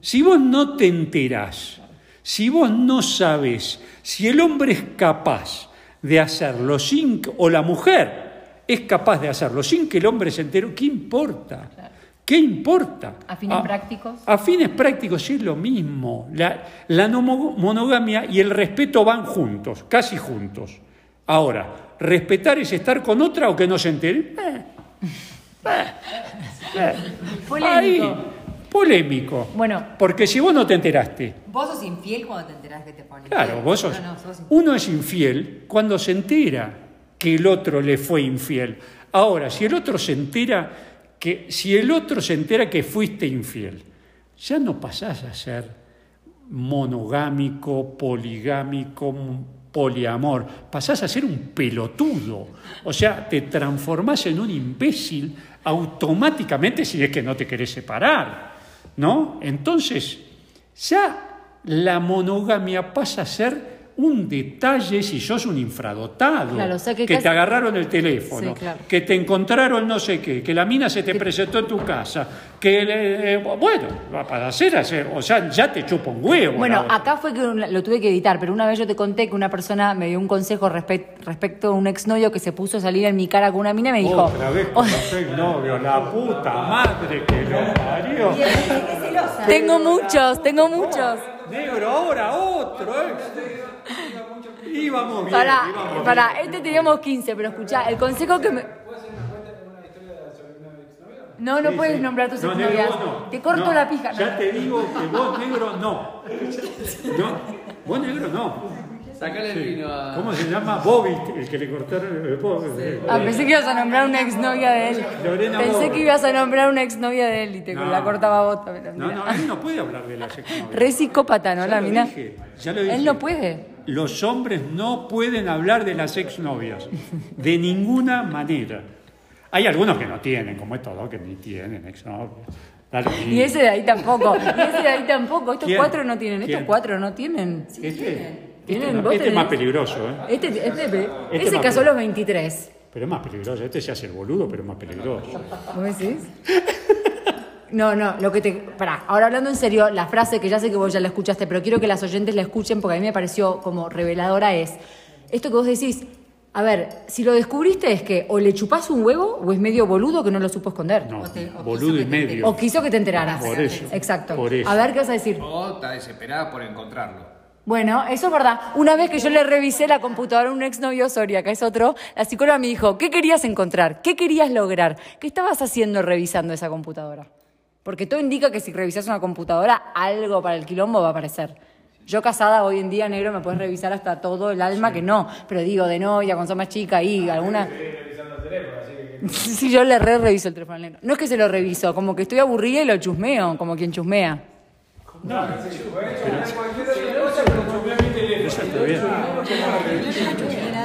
[SPEAKER 2] Si vos no te enterás, si vos no sabes si el hombre es capaz de hacerlo sin que- o la mujer es capaz de hacerlo sin que el hombre se entere, ¿qué importa? ¿Qué importa? Ah,
[SPEAKER 1] ¿A fines prácticos?
[SPEAKER 2] A fines prácticos sí es lo mismo. La, la no mo- monogamia y el respeto van juntos, casi juntos. Ahora, respetar es estar con otra o que no se entere. Eh,
[SPEAKER 1] Polémico.
[SPEAKER 2] ahí, polémico.
[SPEAKER 1] Bueno.
[SPEAKER 2] Porque si vos no te enteraste,
[SPEAKER 4] Vos sos infiel cuando te enterás que te ponen.
[SPEAKER 2] claro, vos sos.
[SPEAKER 4] No, no, sos infiel.
[SPEAKER 2] Uno es infiel cuando se entera que el otro le fue infiel. Ahora, si el otro se entera que, si el otro se entera que fuiste infiel, ya no pasás a ser monogámico, poligámico, m- poliamor. Pasás a ser un pelotudo. O sea, te transformás en un imbécil automáticamente si es que no te querés separar. ¿No? Entonces, ya la monogamia pasa a ser un detalle si sos un infradotado,
[SPEAKER 1] Claro, o sea que
[SPEAKER 2] que
[SPEAKER 1] casi-
[SPEAKER 2] te agarraron el teléfono,
[SPEAKER 1] Sí, claro.
[SPEAKER 2] que te encontraron no sé qué, que la mina se te presentó en tu casa, que le- eh, bueno, va para hacer, hacer, o sea, ya te chupa un huevo.
[SPEAKER 1] Bueno, ah,
[SPEAKER 2] la-
[SPEAKER 1] acá fue que un- lo tuve que editar, pero una vez yo te conté que una persona me dio un consejo respe- respecto a un exnovio que se puso a salir en mi cara con una mina y me dijo.
[SPEAKER 2] otra vez con el novio, la puta madre que lo parió.
[SPEAKER 4] Y él dice que es celosa.
[SPEAKER 1] Tengo muchos, tengo muchos.
[SPEAKER 2] Negro, ahora otro. eh. Íbamos bien,
[SPEAKER 1] Para,
[SPEAKER 2] íbamos bien.
[SPEAKER 1] para, este teníamos 15, pero escuchá, el consejo que me. No, no
[SPEAKER 2] Sí,
[SPEAKER 1] puedes
[SPEAKER 2] sí.
[SPEAKER 1] nombrar tus
[SPEAKER 2] No, negro,
[SPEAKER 1] exnovias.
[SPEAKER 2] vos no.
[SPEAKER 1] Te corto
[SPEAKER 2] No,
[SPEAKER 1] la pija.
[SPEAKER 2] Ya te digo que vos, negro, no. No, vos, negro, no.
[SPEAKER 5] Sacale el vino a.
[SPEAKER 2] ¿Cómo se llama? Bobby, el que le cortaron el pobre.
[SPEAKER 1] Ah, pensé que ibas a nombrar una exnovia de él.
[SPEAKER 2] Lorena
[SPEAKER 1] Pensé
[SPEAKER 2] Bobby.
[SPEAKER 1] que ibas a nombrar una exnovia de él y te
[SPEAKER 2] No.
[SPEAKER 1] la cortaba vos. pero
[SPEAKER 2] No,
[SPEAKER 1] mira.
[SPEAKER 2] no, él no puede hablar de la sexualidad.
[SPEAKER 1] Re psicópata, ¿no?
[SPEAKER 2] Ya
[SPEAKER 1] La
[SPEAKER 2] lo
[SPEAKER 1] mina.
[SPEAKER 2] dije, ya lo dije.
[SPEAKER 1] Él no puede.
[SPEAKER 2] Los hombres no pueden hablar de las exnovias, de ninguna manera. Hay algunos que no tienen, como estos dos que ni tienen exnovias. Da lo mismo.
[SPEAKER 1] Y ese de ahí tampoco. Y ese de ahí tampoco. Estos
[SPEAKER 2] ¿Quién?
[SPEAKER 1] cuatro no tienen. Estos
[SPEAKER 2] ¿Quién?
[SPEAKER 1] cuatro no tienen.
[SPEAKER 2] Este, este,
[SPEAKER 1] Tienen,
[SPEAKER 2] no,
[SPEAKER 1] vos
[SPEAKER 2] este es más
[SPEAKER 1] tenés-
[SPEAKER 2] peligroso, ¿eh?
[SPEAKER 1] Este, este,
[SPEAKER 2] Este
[SPEAKER 1] ese
[SPEAKER 2] más
[SPEAKER 1] casó a
[SPEAKER 2] bien.
[SPEAKER 1] los 23.
[SPEAKER 2] Pero es más peligroso. Este se hace el boludo, pero es más peligroso.
[SPEAKER 1] ¿Vos decís? No, no, lo que te. Pará, ahora hablando en serio, la frase que ya sé que vos ya la escuchaste, pero quiero que las oyentes la escuchen porque a mí me pareció como reveladora es. Esto que vos decís, a ver, si lo descubriste es que o le chupás un huevo o es medio boludo que no lo supo esconder.
[SPEAKER 2] No,
[SPEAKER 4] O te- o
[SPEAKER 2] boludo
[SPEAKER 4] quiso
[SPEAKER 2] y
[SPEAKER 4] que te
[SPEAKER 2] medio.
[SPEAKER 1] O quiso que te enteraras.
[SPEAKER 2] Por eso,
[SPEAKER 1] Exacto.
[SPEAKER 2] por eso.
[SPEAKER 1] A ver, ¿qué vas a decir?
[SPEAKER 3] O está desesperada por encontrarlo.
[SPEAKER 1] Bueno, eso es verdad. Una vez que yo le revisé la computadora a un exnovio Soria, que es otro, la psicóloga me dijo, ¿qué querías encontrar? ¿Qué querías lograr? ¿Qué estabas haciendo revisando esa computadora? Porque todo indica que si revisas una computadora, algo para el quilombo va a aparecer. Yo casada hoy en día, negro, me puedes revisar hasta todo el alma que no. Pero digo, de novia, cuando sos más chica y alguna... Sí, yo le re reviso el teléfono al negro. No es que se lo reviso, como que estoy aburrida y lo chusmeo, como quien chusmea.
[SPEAKER 2] Pero eso está bien.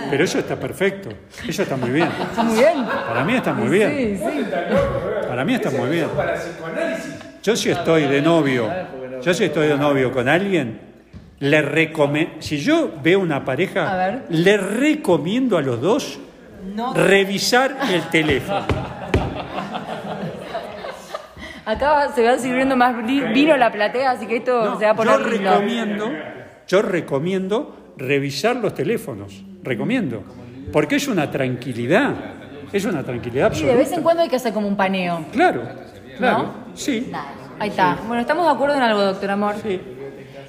[SPEAKER 2] Pero eso está perfecto. Eso está muy bien.
[SPEAKER 1] Está muy bien.
[SPEAKER 2] Para mí está muy bien.
[SPEAKER 1] Sí, sí.
[SPEAKER 2] Para mí está muy bien. Yo si estoy de novio, yo si estoy de novio con alguien, le recomiendo, si yo veo una
[SPEAKER 1] A ver.
[SPEAKER 2] pareja, le recomiendo a los dos
[SPEAKER 4] No.
[SPEAKER 2] revisar el teléfono.
[SPEAKER 1] Acá va- se va sirviendo más bri- vino la platea, así que esto
[SPEAKER 2] No,
[SPEAKER 1] se va a poner
[SPEAKER 2] yo
[SPEAKER 1] lindo.
[SPEAKER 2] recomiendo, yo recomiendo revisar los teléfonos, recomiendo, porque es una tranquilidad, es una tranquilidad
[SPEAKER 1] Y de vez en
[SPEAKER 2] absoluta.
[SPEAKER 1] cuando hay que hacer como un paneo.
[SPEAKER 2] Claro, claro,
[SPEAKER 1] ¿No?
[SPEAKER 2] sí,
[SPEAKER 1] Ahí está. Bueno, estamos de acuerdo en algo, doctor Amor.
[SPEAKER 2] sí.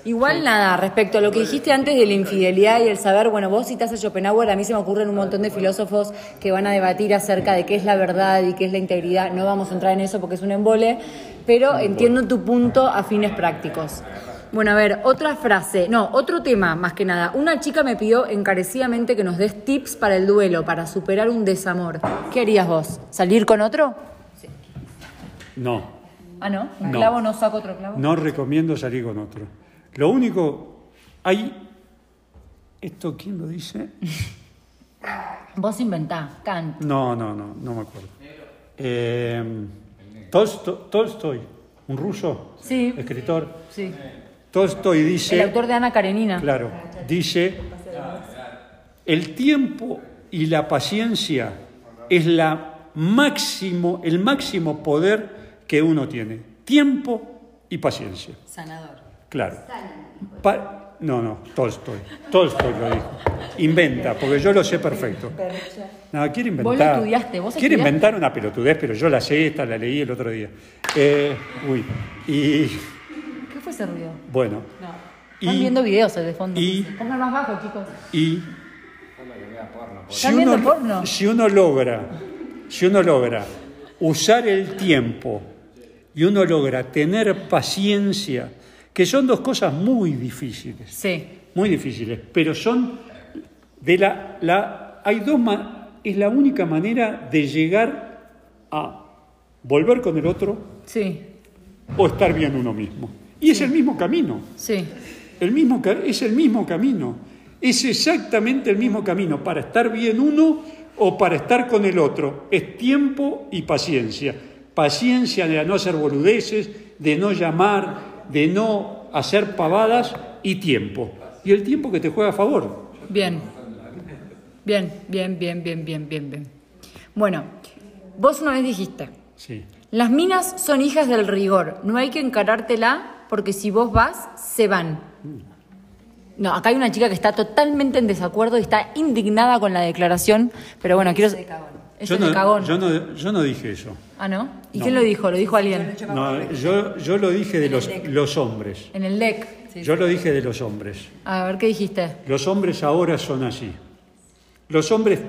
[SPEAKER 1] Igual nada, respecto a lo que dijiste antes de la infidelidad y el saber, bueno, vos citás a Schopenhauer, a mí se me ocurren un montón de filósofos que van a debatir acerca de qué es la verdad y qué es la integridad. No vamos a entrar en eso porque es un embole, pero entiendo tu punto a fines prácticos. Bueno, a ver, otra frase, no, otro tema más que nada. Una chica me pidió encarecidamente que nos des tips para el duelo, para superar un desamor. ¿Qué harías vos? ¿Salir con otro?
[SPEAKER 2] No,
[SPEAKER 1] Ah, no, un
[SPEAKER 2] No.
[SPEAKER 1] clavo no saco otro clavo.
[SPEAKER 2] no recomiendo salir con otro. Lo único, hay, ¿esto quién lo dice?
[SPEAKER 1] Vos inventá, Kant.
[SPEAKER 2] No, no, no, no me acuerdo. Eh, Tolsto- Tolstoy, un ruso,
[SPEAKER 1] Sí.
[SPEAKER 2] escritor.
[SPEAKER 1] Sí.
[SPEAKER 2] Tolstoy dice...
[SPEAKER 1] El autor de Ana Karenina.
[SPEAKER 2] Claro, dice, el tiempo y la paciencia es la máximo, el máximo poder que uno tiene. Tiempo y paciencia,
[SPEAKER 4] Sanador.
[SPEAKER 2] claro. Pa- no, no, Tolstoy. Tolstoy lo dijo. Inventa, porque yo lo sé perfecto. No, quiere inventar.
[SPEAKER 1] Vos lo estudiaste, vos
[SPEAKER 2] Quiere
[SPEAKER 1] estudiaste.
[SPEAKER 2] inventar una pelotudez, pero yo la sé, esta la leí el otro día. Eh, uy, y
[SPEAKER 1] ¿Qué fue ese ruido?
[SPEAKER 2] bueno.
[SPEAKER 1] Están
[SPEAKER 2] y-
[SPEAKER 1] viendo videos de fondo.
[SPEAKER 2] y-
[SPEAKER 1] Pongan más bajo, chicos.
[SPEAKER 2] y si
[SPEAKER 1] ¿Están viendo
[SPEAKER 2] uno,
[SPEAKER 1] porno?
[SPEAKER 2] si uno logra, si uno logra usar el tiempo y uno logra tener paciencia, que son dos cosas muy difíciles,
[SPEAKER 1] Sí.
[SPEAKER 2] muy difíciles, pero son de la, la hay dos ma- es la única manera de llegar a volver con el otro
[SPEAKER 1] Sí.
[SPEAKER 2] o estar bien uno mismo. Y es el mismo camino.
[SPEAKER 1] Sí.
[SPEAKER 2] El mismo, ca- es el mismo camino. Es exactamente el mismo camino para estar bien uno o para estar con el otro. Es tiempo y paciencia. Paciencia de no hacer boludeces, de no llamar, de no hacer pavadas y tiempo. Y el tiempo que te juega a favor.
[SPEAKER 1] Bien. Bien, bien, bien, bien, bien, bien, bien. Bueno, vos una vez dijiste,
[SPEAKER 2] Sí.
[SPEAKER 1] las minas son hijas del rigor, no hay que encarártela porque si vos vas, se van. No, acá hay una chica que está totalmente en desacuerdo y está indignada con la declaración, pero bueno, quiero...
[SPEAKER 4] Eso de cagón.
[SPEAKER 1] Eso es de cagón.
[SPEAKER 2] yo, no, yo no dije eso.
[SPEAKER 1] Ah, ¿no? ¿Y
[SPEAKER 2] No.
[SPEAKER 1] quién lo dijo? ¿Lo dijo alguien?
[SPEAKER 4] Yo me acuerdo
[SPEAKER 2] No,
[SPEAKER 4] que-
[SPEAKER 2] yo, yo lo dije de los, los hombres.
[SPEAKER 1] En el LEC.
[SPEAKER 2] Yo lo dije de los hombres.
[SPEAKER 1] A ver, ¿qué dijiste?
[SPEAKER 2] Los hombres ahora son así. Los hombres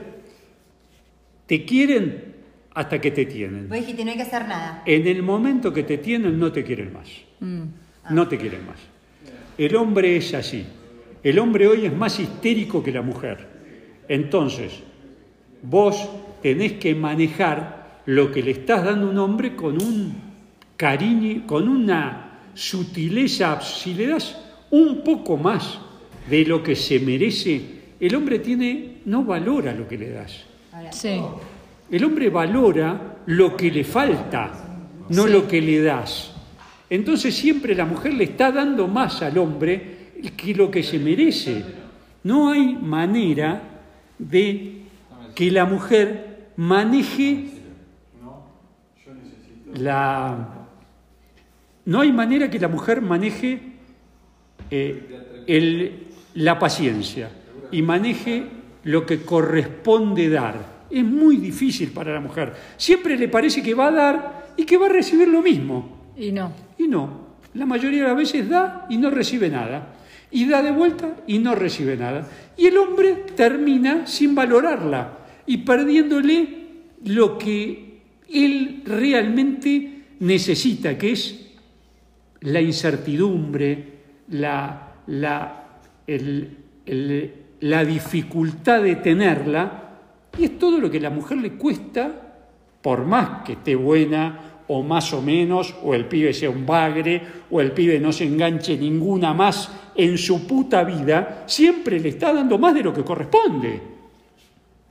[SPEAKER 2] te quieren hasta que te tienen.
[SPEAKER 4] Vos dijiste, no hay que hacer nada.
[SPEAKER 2] En el momento que te tienen, no te quieren más. No te quieren más. El hombre es así. El hombre hoy es más histérico que la mujer. Entonces, vos tenés que manejar lo que le estás dando a un hombre con un cariño, con una sutileza. Si le das un poco más de lo que se merece, el hombre tiene, no valora lo que le das.
[SPEAKER 4] Ahora,
[SPEAKER 1] Sí.
[SPEAKER 2] El hombre valora lo que le falta, no lo que le das. Entonces siempre la mujer le está dando más al hombre que lo que se merece. No hay manera de que la mujer maneje la... No hay manera que la mujer maneje eh, el- la paciencia y maneje lo que corresponde dar. Es muy difícil para la mujer. Siempre le parece que va a dar y que va a recibir lo mismo.
[SPEAKER 1] Y no.
[SPEAKER 2] Y no. La mayoría de las veces da y no recibe nada. Y da de vuelta y no recibe nada. Y el hombre termina sin valorarla y perdiéndole lo que él realmente necesita, que es la incertidumbre, la, la- el- el- la dificultad de tenerla, y es todo lo que a la mujer le cuesta, por más que esté buena o más o menos, o el pibe sea un bagre, o el pibe no se enganche ninguna más en su puta vida, siempre le está dando más de lo que corresponde.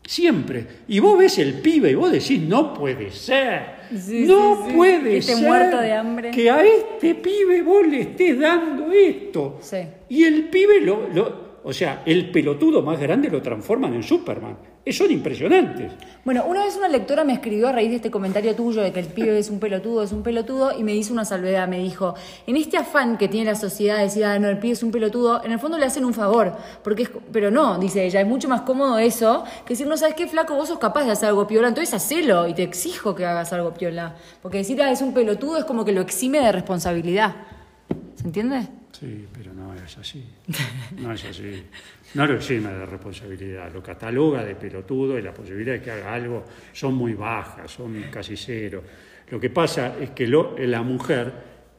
[SPEAKER 2] Siempre. Y vos ves el pibe y vos decís, no puede ser.
[SPEAKER 1] Sí,
[SPEAKER 2] no
[SPEAKER 1] sí, sí.
[SPEAKER 2] puede
[SPEAKER 1] Este
[SPEAKER 2] ser
[SPEAKER 1] muerto de hambre.
[SPEAKER 2] que a este pibe vos le estés dando esto.
[SPEAKER 1] Sí.
[SPEAKER 2] Y el pibe lo, lo- O sea, el pelotudo más grande lo transforman en Superman. eh, son impresionantes.
[SPEAKER 1] Bueno, una vez una lectora me escribió a raíz de este comentario tuyo de que el pibe es un pelotudo, es un pelotudo, y me hizo una salvedad. Me dijo, en este afán que tiene la sociedad de decir, ah, no, el pibe es un pelotudo, en el fondo le hacen un favor. porque es- Pero no, dice ella, es mucho más cómodo eso que decir, no sabes qué, flaco, vos sos capaz de hacer algo piola, entonces hacelo y te exijo que hagas algo piola. Porque decir, ah, es un pelotudo es como que lo exime de responsabilidad. ¿Se entiende?
[SPEAKER 2] Sí, pero no es así. No es así. No lo llena de responsabilidad, lo cataloga de pelotudo y las posibilidades de que haga algo son muy bajas, son casi cero. Lo que pasa es que lo- la mujer,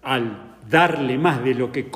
[SPEAKER 2] al darle más de lo que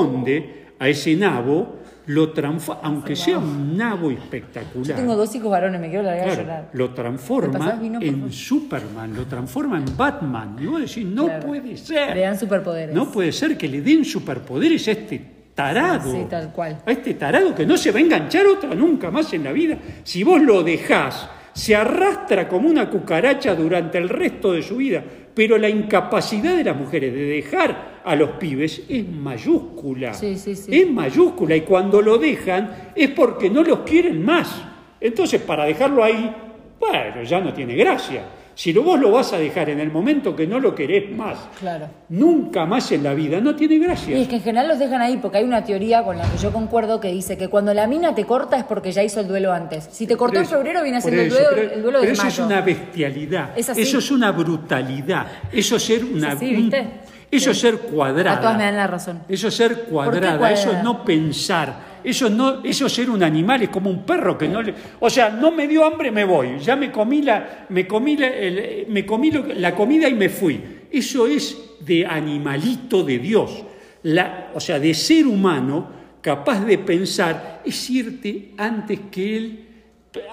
[SPEAKER 2] corresponde a ese nabo, lo transforma, aunque sea un nabo
[SPEAKER 1] Yo
[SPEAKER 2] espectacular.
[SPEAKER 1] tengo dos hijos varones, me quiero largar
[SPEAKER 2] Claro,
[SPEAKER 1] a llorar.
[SPEAKER 2] lo
[SPEAKER 1] ¿Me
[SPEAKER 2] transforma
[SPEAKER 1] pasás vino, por
[SPEAKER 2] en
[SPEAKER 1] favor?
[SPEAKER 2] Superman, lo transforma en Batman. Y vos decís, no
[SPEAKER 1] Claro.
[SPEAKER 2] puede ser.
[SPEAKER 1] Le dan superpoderes.
[SPEAKER 2] No puede ser que le den superpoderes a este tarado.
[SPEAKER 1] Sí, sí, tal cual.
[SPEAKER 2] A este tarado que no se va a enganchar otra nunca más en la vida. Si vos lo dejás, se arrastra como una cucaracha durante el resto de su vida. Pero la incapacidad de las mujeres de dejar a los pibes es mayúscula.
[SPEAKER 1] Sí, sí, sí.
[SPEAKER 2] Es mayúscula y cuando lo dejan es porque no los quieren más. Entonces, para dejarlo ahí, bueno, ya no tiene gracia. Si lo- vos lo vas a dejar en el momento que no lo querés más,
[SPEAKER 1] Claro.
[SPEAKER 2] nunca más en la vida, no tiene gracia.
[SPEAKER 1] Y es que en general los dejan ahí porque hay una teoría con la que yo concuerdo que dice que cuando la mina te corta es porque ya hizo el duelo antes. Si te cortó en
[SPEAKER 2] Por eso,
[SPEAKER 1] febrero viene
[SPEAKER 2] por
[SPEAKER 1] haciendo el
[SPEAKER 2] eso,
[SPEAKER 1] duelo,
[SPEAKER 2] pero-
[SPEAKER 1] el duelo de
[SPEAKER 2] pero eso
[SPEAKER 1] mayo.
[SPEAKER 2] es una bestialidad,
[SPEAKER 1] Es así.
[SPEAKER 2] eso es una brutalidad, eso es ser una...
[SPEAKER 1] así, ¿viste?
[SPEAKER 2] Eso es
[SPEAKER 1] Sí.
[SPEAKER 2] ser cuadrada.
[SPEAKER 1] A todas me dan la razón.
[SPEAKER 2] Eso es ser cuadrada,
[SPEAKER 1] cuadrada?
[SPEAKER 2] eso es no pensar, eso es no, eso es ser un animal, es como un perro que no le, o sea, no me dio hambre, me voy, ya me comí la, me comí la, el- me comí lo- la comida y me fui. Eso es de animalito de Dios, La- o sea, de ser humano capaz de pensar es irte antes que él,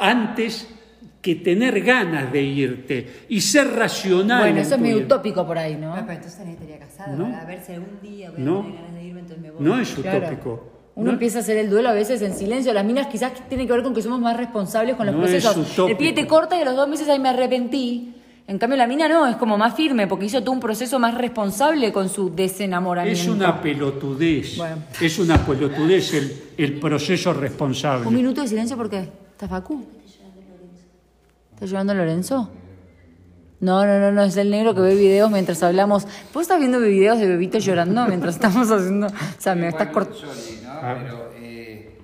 [SPEAKER 2] antes que tener ganas de irte y ser racional.
[SPEAKER 1] Bueno,
[SPEAKER 2] en
[SPEAKER 1] eso es
[SPEAKER 2] tu
[SPEAKER 1] medio
[SPEAKER 2] vida.
[SPEAKER 1] utópico por ahí, ¿no?
[SPEAKER 4] No, Ah, pero entonces nadie estaría casado.
[SPEAKER 2] No.
[SPEAKER 4] A ver si algún día voy a
[SPEAKER 2] No.
[SPEAKER 4] tener ganas de irme, entonces me voy.
[SPEAKER 2] No es
[SPEAKER 1] Claro.
[SPEAKER 2] utópico.
[SPEAKER 1] Uno
[SPEAKER 2] No-
[SPEAKER 1] empieza a hacer el duelo a veces en silencio. Las minas quizás tienen que ver con que somos más responsables con los
[SPEAKER 2] No es
[SPEAKER 1] procesos.
[SPEAKER 2] utópico.
[SPEAKER 1] el pie te corta y a los dos meses ahí me arrepentí. En cambio la mina no, es como más firme porque hizo todo un proceso más responsable con su desenamoramiento.
[SPEAKER 2] Es una pelotudez.
[SPEAKER 1] Bueno.
[SPEAKER 2] Es una pelotudez el, el proceso
[SPEAKER 1] Un
[SPEAKER 2] responsable.
[SPEAKER 1] minuto de silencio porque está Facu. ¿Está llevando Lorenzo? No, no, no, no, es el negro que ve videos mientras hablamos. ¿Vos estás viendo videos de bebitos llorando mientras estamos haciendo.? O sea, me estás
[SPEAKER 3] Igual,
[SPEAKER 1] cortando.
[SPEAKER 3] Soli, ¿no?
[SPEAKER 2] Ah.
[SPEAKER 3] Pero eh,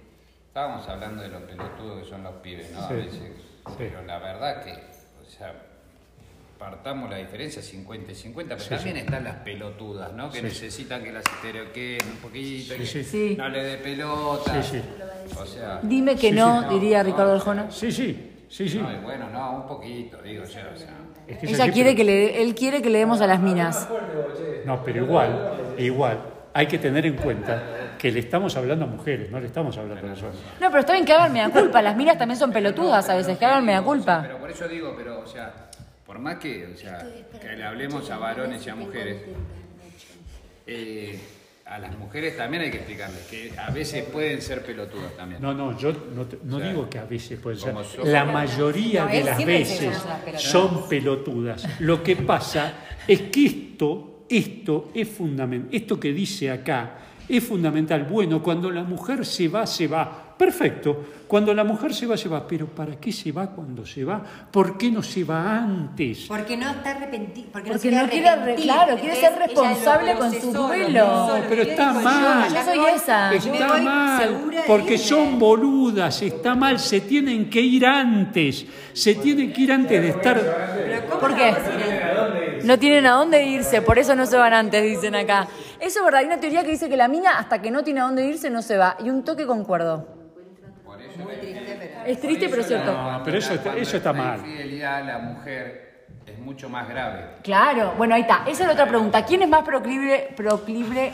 [SPEAKER 3] estábamos hablando de lo pelotudos que son los pibes, ¿no? A
[SPEAKER 2] Sí,
[SPEAKER 3] veces. Pero la verdad que, o sea, partamos la diferencia 50 y 50, pero también están las pelotudas, ¿no? Que necesitan que las estereoqueen un poquito, y que
[SPEAKER 2] sí.
[SPEAKER 1] Sí.
[SPEAKER 3] no le dé pelota.
[SPEAKER 2] Sí, sí.
[SPEAKER 3] O sea,
[SPEAKER 1] Dime que no, diría Ricardo Arjona.
[SPEAKER 2] Sí, sí, sí, sí.
[SPEAKER 3] no, y bueno, no, un poquito, digo yo, o sea.
[SPEAKER 2] Es que es
[SPEAKER 1] Ella
[SPEAKER 2] así,
[SPEAKER 1] quiere
[SPEAKER 2] pero-
[SPEAKER 1] que le, él quiere que le demos a las minas.
[SPEAKER 2] No, pero igual, igual. Hay que tener en cuenta que le estamos hablando a mujeres, no le estamos hablando a nosotros.
[SPEAKER 1] No, pero está bien que hagan mea culpa. Las minas también son pelotudas a veces, que hagan mea culpa.
[SPEAKER 3] Pero por eso digo, pero, o sea, por más que, o sea, que le hablemos a varones y a mujeres, eh, a las mujeres también hay que explicarles que a veces pueden ser pelotudas también.
[SPEAKER 2] No, no, yo no, te- no
[SPEAKER 3] O sea,
[SPEAKER 2] digo que a veces pueden ser.
[SPEAKER 3] como yo-
[SPEAKER 2] La mayoría
[SPEAKER 4] No,
[SPEAKER 2] de
[SPEAKER 4] él
[SPEAKER 2] las
[SPEAKER 4] siempre
[SPEAKER 2] veces
[SPEAKER 4] dice que son las
[SPEAKER 2] son pelotudas. Lo que pasa es que esto, esto es fundamental. Esto que dice acá es fundamental. Bueno, cuando la mujer se va, se va. Perfecto. Cuando la mujer se va, se va. Pero ¿para qué se va cuando se va? ¿Por qué no se va antes?
[SPEAKER 4] Porque no está arrepentido. Porque,
[SPEAKER 1] Porque
[SPEAKER 4] no, se
[SPEAKER 1] no quiere arre-
[SPEAKER 4] arrepentir,
[SPEAKER 1] claro, quiere ser
[SPEAKER 4] entonces ella lo
[SPEAKER 1] responsable con su
[SPEAKER 4] procesó, lo
[SPEAKER 1] duelo.
[SPEAKER 4] procesó,
[SPEAKER 2] No, pero
[SPEAKER 4] lo
[SPEAKER 2] está
[SPEAKER 4] dijo,
[SPEAKER 2] mal.
[SPEAKER 4] ya
[SPEAKER 1] Yo soy
[SPEAKER 4] voy,
[SPEAKER 1] esa.
[SPEAKER 4] Ah, me
[SPEAKER 2] Está
[SPEAKER 4] voy
[SPEAKER 2] mal,
[SPEAKER 4] segura de
[SPEAKER 2] porque
[SPEAKER 4] irme.
[SPEAKER 2] son boludas, está mal, se tienen que ir antes, se tienen que ir antes de estar...
[SPEAKER 4] Pero ¿cómo
[SPEAKER 1] ¿Por qué?
[SPEAKER 4] la vas a ir a-
[SPEAKER 1] No tienen a dónde irse, por eso no se van antes, dicen acá. Eso es verdad, hay una teoría que dice que la mina hasta que no tiene a dónde irse no se va. Y un toque concuerdo.
[SPEAKER 4] Muy triste, pero-
[SPEAKER 1] Es triste, pero cierto.
[SPEAKER 2] No, Ah, pero eso está,
[SPEAKER 3] Cuando
[SPEAKER 2] eso está
[SPEAKER 3] la
[SPEAKER 2] mal.
[SPEAKER 3] infidelidad a la mujer es mucho más grave.
[SPEAKER 1] Claro, bueno, ahí está. Esa es la otra pregunta. ¿Quién es más proclive, proclive,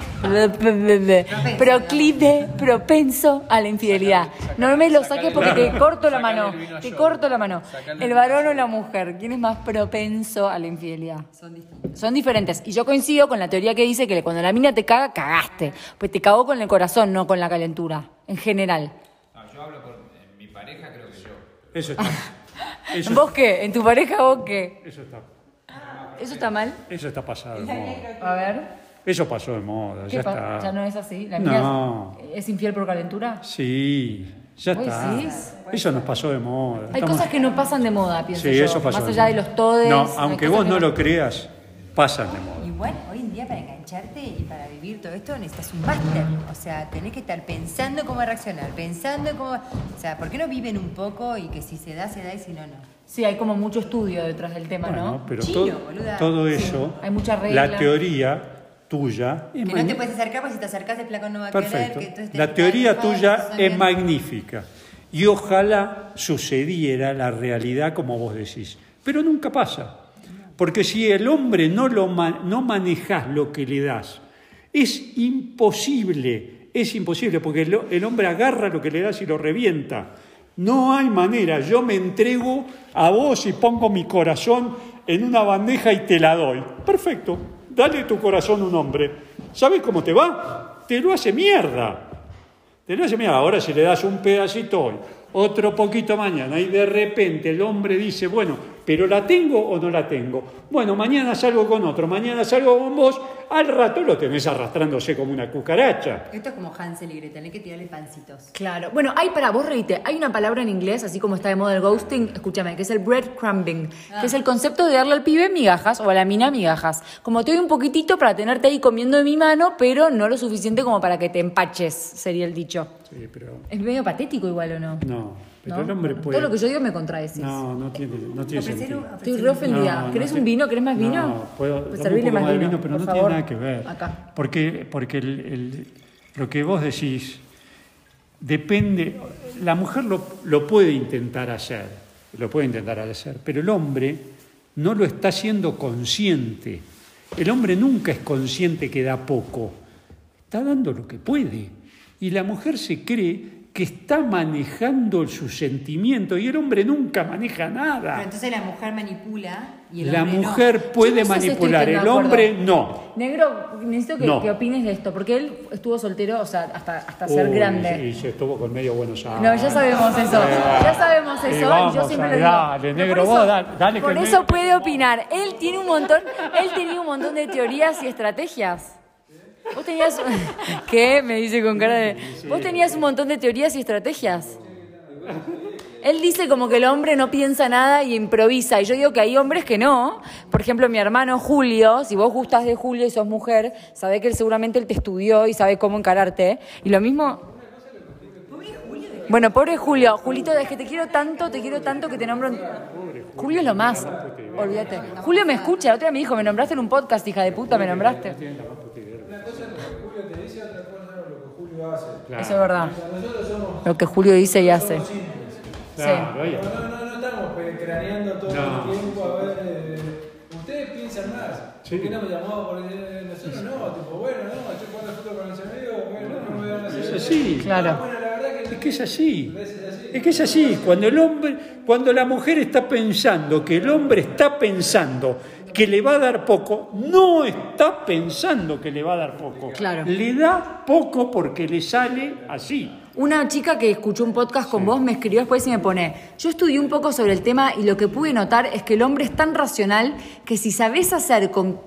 [SPEAKER 1] proclive, propenso a la infidelidad? No me lo saques porque te corto la mano. Te corto la mano. ¿El varón o la mujer? ¿Quién es más propenso a la infidelidad?
[SPEAKER 4] Son distintos.
[SPEAKER 1] Son diferentes. Y yo coincido con la teoría que dice que cuando la mina te caga, cagaste. Pues te cagó con el corazón, no con la calentura. En general.
[SPEAKER 3] No, yo hablo por eh, mi pareja, creo que yo.
[SPEAKER 2] Eso está, eso,
[SPEAKER 1] ¿Vos qué? ¿En tu pareja vos qué?
[SPEAKER 2] eso está,
[SPEAKER 1] ¿Eso está mal?
[SPEAKER 2] eso está pasado de moda.
[SPEAKER 1] A ver.
[SPEAKER 2] Eso pasó de moda,
[SPEAKER 1] ¿Qué
[SPEAKER 2] ya
[SPEAKER 1] pa- ¿Ya
[SPEAKER 2] está.
[SPEAKER 1] no es así? ¿La mina
[SPEAKER 2] No.
[SPEAKER 1] es, es infiel por calentura?
[SPEAKER 2] Sí, Ya
[SPEAKER 1] ¿Vos
[SPEAKER 2] está.
[SPEAKER 1] decís?
[SPEAKER 2] Eso nos pasó de moda.
[SPEAKER 1] Hay
[SPEAKER 2] Estamos-
[SPEAKER 1] cosas que no pasan de moda, pienso
[SPEAKER 2] Sí,
[SPEAKER 1] yo.
[SPEAKER 2] eso pasó.
[SPEAKER 1] Más
[SPEAKER 2] de
[SPEAKER 1] allá de
[SPEAKER 2] moda.
[SPEAKER 1] los todes.
[SPEAKER 2] No,
[SPEAKER 1] hay
[SPEAKER 2] aunque
[SPEAKER 1] cosas
[SPEAKER 2] vos
[SPEAKER 1] que
[SPEAKER 2] no lo creas, pasan de moda.
[SPEAKER 4] Igual, hoy en día para engancharte y para vivir todo esto necesitas un máster. O sea, tenés que estar pensando cómo reaccionar, pensando cómo... O sea, ¿por qué no viven un poco y que si se da, se da y si no, no?
[SPEAKER 1] Sí, hay como mucho estudio detrás del tema,
[SPEAKER 2] Bueno,
[SPEAKER 1] ¿no?
[SPEAKER 2] pero
[SPEAKER 4] Chino,
[SPEAKER 2] todo,
[SPEAKER 4] boluda.
[SPEAKER 2] todo
[SPEAKER 4] Sí.
[SPEAKER 2] eso,
[SPEAKER 1] Hay mucha
[SPEAKER 2] la
[SPEAKER 1] regla.
[SPEAKER 2] teoría tuya es
[SPEAKER 4] Que no te
[SPEAKER 2] magni-
[SPEAKER 4] puedes acercar porque si te acercas el flaco no va a querer.
[SPEAKER 2] Perfecto.
[SPEAKER 4] Que entonces tenés
[SPEAKER 2] La
[SPEAKER 4] que
[SPEAKER 2] teoría
[SPEAKER 4] estar enojado,
[SPEAKER 2] tuya
[SPEAKER 4] entonces
[SPEAKER 2] es
[SPEAKER 4] también-
[SPEAKER 2] magnífica. Y ojalá sucediera la realidad como vos decís. Pero nunca pasa. Porque si el hombre no, lo ma- no manejas lo que le das, es imposible, es imposible, porque el, el hombre agarra lo que le das y lo revienta. No hay manera, yo me entrego a vos y pongo mi corazón en una bandeja y te la doy. Perfecto, dale tu corazón a un hombre. ¿Sabes cómo te va? Te lo hace mierda. Te lo hace mierda. Ahora si le das un pedacito hoy, otro poquito mañana y de repente el hombre dice, bueno, pero la tengo o no la tengo. Bueno, mañana salgo con otro, mañana salgo con vos, al rato lo tenés arrastrándose como una cucaracha.
[SPEAKER 4] Esto es como Hansel y Gretel, hay que tirarle pancitos.
[SPEAKER 1] Claro. Bueno, hay para vos reíte. Hay una palabra en inglés, así como está de moda el ghosting, escúchame, que es el breadcrumbing,
[SPEAKER 2] Ah.
[SPEAKER 1] que es el concepto de darle al pibe migajas o a la mina migajas. Como te doy un poquitito para tenerte ahí comiendo de mi mano, pero no lo suficiente como para que te empaches, sería el dicho.
[SPEAKER 2] Sí, pero
[SPEAKER 1] Es medio patético igual o no.
[SPEAKER 2] no, pero
[SPEAKER 1] ¿No?
[SPEAKER 2] el hombre
[SPEAKER 1] Bueno,
[SPEAKER 2] puede...
[SPEAKER 1] Todo lo que yo digo me contradecís.
[SPEAKER 2] No, no tiene, no tiene
[SPEAKER 4] Ofrecer
[SPEAKER 2] sentido.
[SPEAKER 4] un-
[SPEAKER 1] Estoy
[SPEAKER 4] ofrecer
[SPEAKER 1] re
[SPEAKER 4] un-
[SPEAKER 1] ofendida.
[SPEAKER 2] No, no
[SPEAKER 1] ¿Querés
[SPEAKER 2] sé.
[SPEAKER 1] un vino? ¿Querés más vino?
[SPEAKER 2] No, puedo
[SPEAKER 1] Pues
[SPEAKER 2] dame
[SPEAKER 1] servirle
[SPEAKER 2] un poco
[SPEAKER 1] más
[SPEAKER 2] más de
[SPEAKER 1] vino,
[SPEAKER 2] vino, pero
[SPEAKER 1] por
[SPEAKER 2] no
[SPEAKER 1] favor.
[SPEAKER 2] tiene nada que ver.
[SPEAKER 1] Acá.
[SPEAKER 2] Porque, porque el- el- lo que vos decís depende. La mujer lo, lo puede intentar hacer, lo puede intentar hacer, pero el hombre no lo está siendo consciente. El hombre nunca es consciente que da poco. Está dando lo que puede. Y la mujer se cree que está manejando sus sentimientos y el hombre nunca maneja nada.
[SPEAKER 4] Pero entonces la mujer manipula y el
[SPEAKER 2] La
[SPEAKER 4] hombre no.
[SPEAKER 2] mujer puede
[SPEAKER 1] Yo no sé si estoy
[SPEAKER 2] manipular,
[SPEAKER 1] tan de
[SPEAKER 2] el
[SPEAKER 1] acuerdo.
[SPEAKER 2] hombre no.
[SPEAKER 1] Negro, necesito que,
[SPEAKER 2] No.
[SPEAKER 1] que opines de esto, porque él estuvo soltero, o sea, hasta, hasta ser
[SPEAKER 2] Uy,
[SPEAKER 1] grande.
[SPEAKER 2] Y se estuvo con medio Buenos Aires.
[SPEAKER 1] No, ya sabemos eso. Ya sabemos eso.
[SPEAKER 2] Y
[SPEAKER 1] y yo
[SPEAKER 2] vamos,
[SPEAKER 1] siempre lo
[SPEAKER 2] dale,
[SPEAKER 1] digo.
[SPEAKER 2] dale,
[SPEAKER 1] Pero
[SPEAKER 2] negro,
[SPEAKER 1] por
[SPEAKER 2] vos dale, dale que
[SPEAKER 1] Por
[SPEAKER 2] el
[SPEAKER 1] eso
[SPEAKER 2] negro-
[SPEAKER 1] puede opinar. Él tiene un montón, él tenía un montón de teorías y estrategias. Vos tenías. ¿Qué? Me dice con cara de. Vos tenías un montón de teorías y estrategias. Él dice como que el hombre no piensa nada y improvisa. Y yo digo que hay hombres que no. Por ejemplo, mi hermano Julio, si vos gustas de Julio y sos mujer, sabe que él seguramente él te estudió y sabe cómo encararte. Y lo mismo. Bueno, pobre Julio. Julito, es que te quiero tanto, te quiero tanto que te nombro. en- Julio es lo más. Olvídate. Julio me escucha. La otra vez me dijo, me nombraste en un podcast, hija de puta, me nombraste.
[SPEAKER 5] Julio te dice otra cosa de lo que Julio hace.
[SPEAKER 1] Eso es verdad.
[SPEAKER 5] O sea, nosotros somos
[SPEAKER 1] Lo que Julio dice y hace.
[SPEAKER 5] simples.
[SPEAKER 2] Claro, ahí
[SPEAKER 5] No,
[SPEAKER 2] está.
[SPEAKER 5] no, no, no estamos pe- craneando todo
[SPEAKER 2] No.
[SPEAKER 5] el tiempo a ver. eh, ustedes piensan más.
[SPEAKER 2] Sí.
[SPEAKER 5] ¿Por qué no me llamó? Porque eh, nosotros no, tipo, bueno, no, estoy jugando fútbol con mis amigos, bueno, no me voy a hacer.
[SPEAKER 2] Es así.
[SPEAKER 1] Claro.
[SPEAKER 5] Bueno, la verdad que
[SPEAKER 2] Es que es así. Es que es así. Cuando el hombre, cuando la mujer está pensando que el hombre está pensando que le va a dar poco, no está pensando que le va a dar poco.
[SPEAKER 1] Claro.
[SPEAKER 2] Le da poco porque le sale así.
[SPEAKER 1] Una chica que escuchó un podcast con vos me escribió después y me pone, yo estudié un poco sobre el tema y lo que pude notar es que el hombre es tan racional que si sabes hacer con...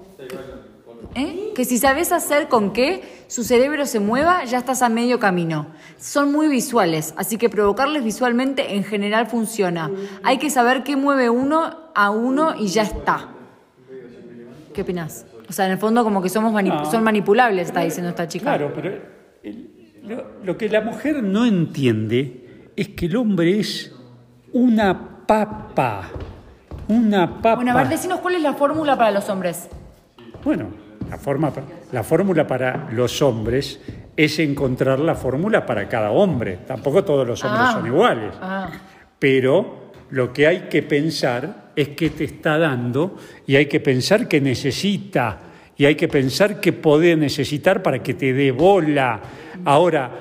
[SPEAKER 1] ¿Eh? Que si sabes hacer con qué su cerebro se mueva, ya estás a medio camino. Son muy visuales, así que provocarles visualmente en general funciona. Hay que saber qué mueve uno a uno y ya está. ¿Qué opinás? O sea, en el fondo como que somos manip-
[SPEAKER 2] No.
[SPEAKER 1] son manipulables, está diciendo esta chica.
[SPEAKER 2] Claro, pero el- lo, lo que la mujer no entiende es que el hombre es una papa. Una papa.
[SPEAKER 1] Bueno, a ver, decinos cuál es la fórmula para los hombres.
[SPEAKER 2] Bueno, la, forma, pa- la fórmula para los hombres es encontrar la fórmula para cada hombre. Tampoco todos los hombres
[SPEAKER 1] Ah.
[SPEAKER 2] son iguales.
[SPEAKER 1] Ah.
[SPEAKER 2] Pero lo que hay que pensar es que te está dando y hay que pensar que necesita y hay que pensar que puede necesitar para que te dé bola. Ahora,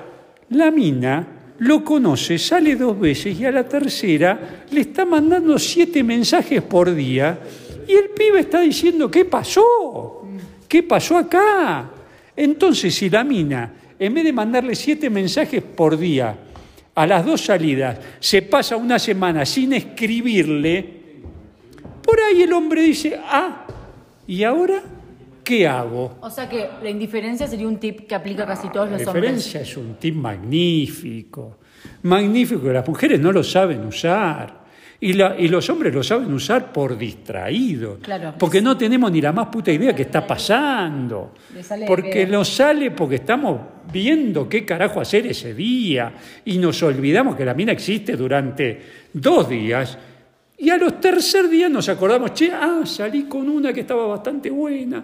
[SPEAKER 2] la mina lo conoce, sale dos veces y a la tercera le está mandando siete mensajes por día y el pibe está diciendo, ¿qué pasó? ¿Qué pasó acá? Entonces, si la mina, en vez de mandarle siete mensajes por día, a las dos salidas, se pasa una semana sin escribirle, por ahí el hombre dice, ah, ¿y ahora qué hago?
[SPEAKER 1] O sea que la indiferencia sería un tip que aplica casi todos
[SPEAKER 2] La
[SPEAKER 1] los hombres.
[SPEAKER 2] diferencia es un tip magnífico. magnífico que las mujeres no lo saben usar. Y, la- y los hombres lo saben usar por distraídos.
[SPEAKER 4] Claro.
[SPEAKER 2] Porque no tenemos ni la más puta idea que está pasando.
[SPEAKER 4] Le sale de
[SPEAKER 2] Porque
[SPEAKER 4] pedo.
[SPEAKER 2] lo sale porque estamos viendo qué carajo hacer ese día. Y nos olvidamos que la mina existe durante dos días. Y a los tercer días nos acordamos, che, ah, salí con una que estaba bastante buena.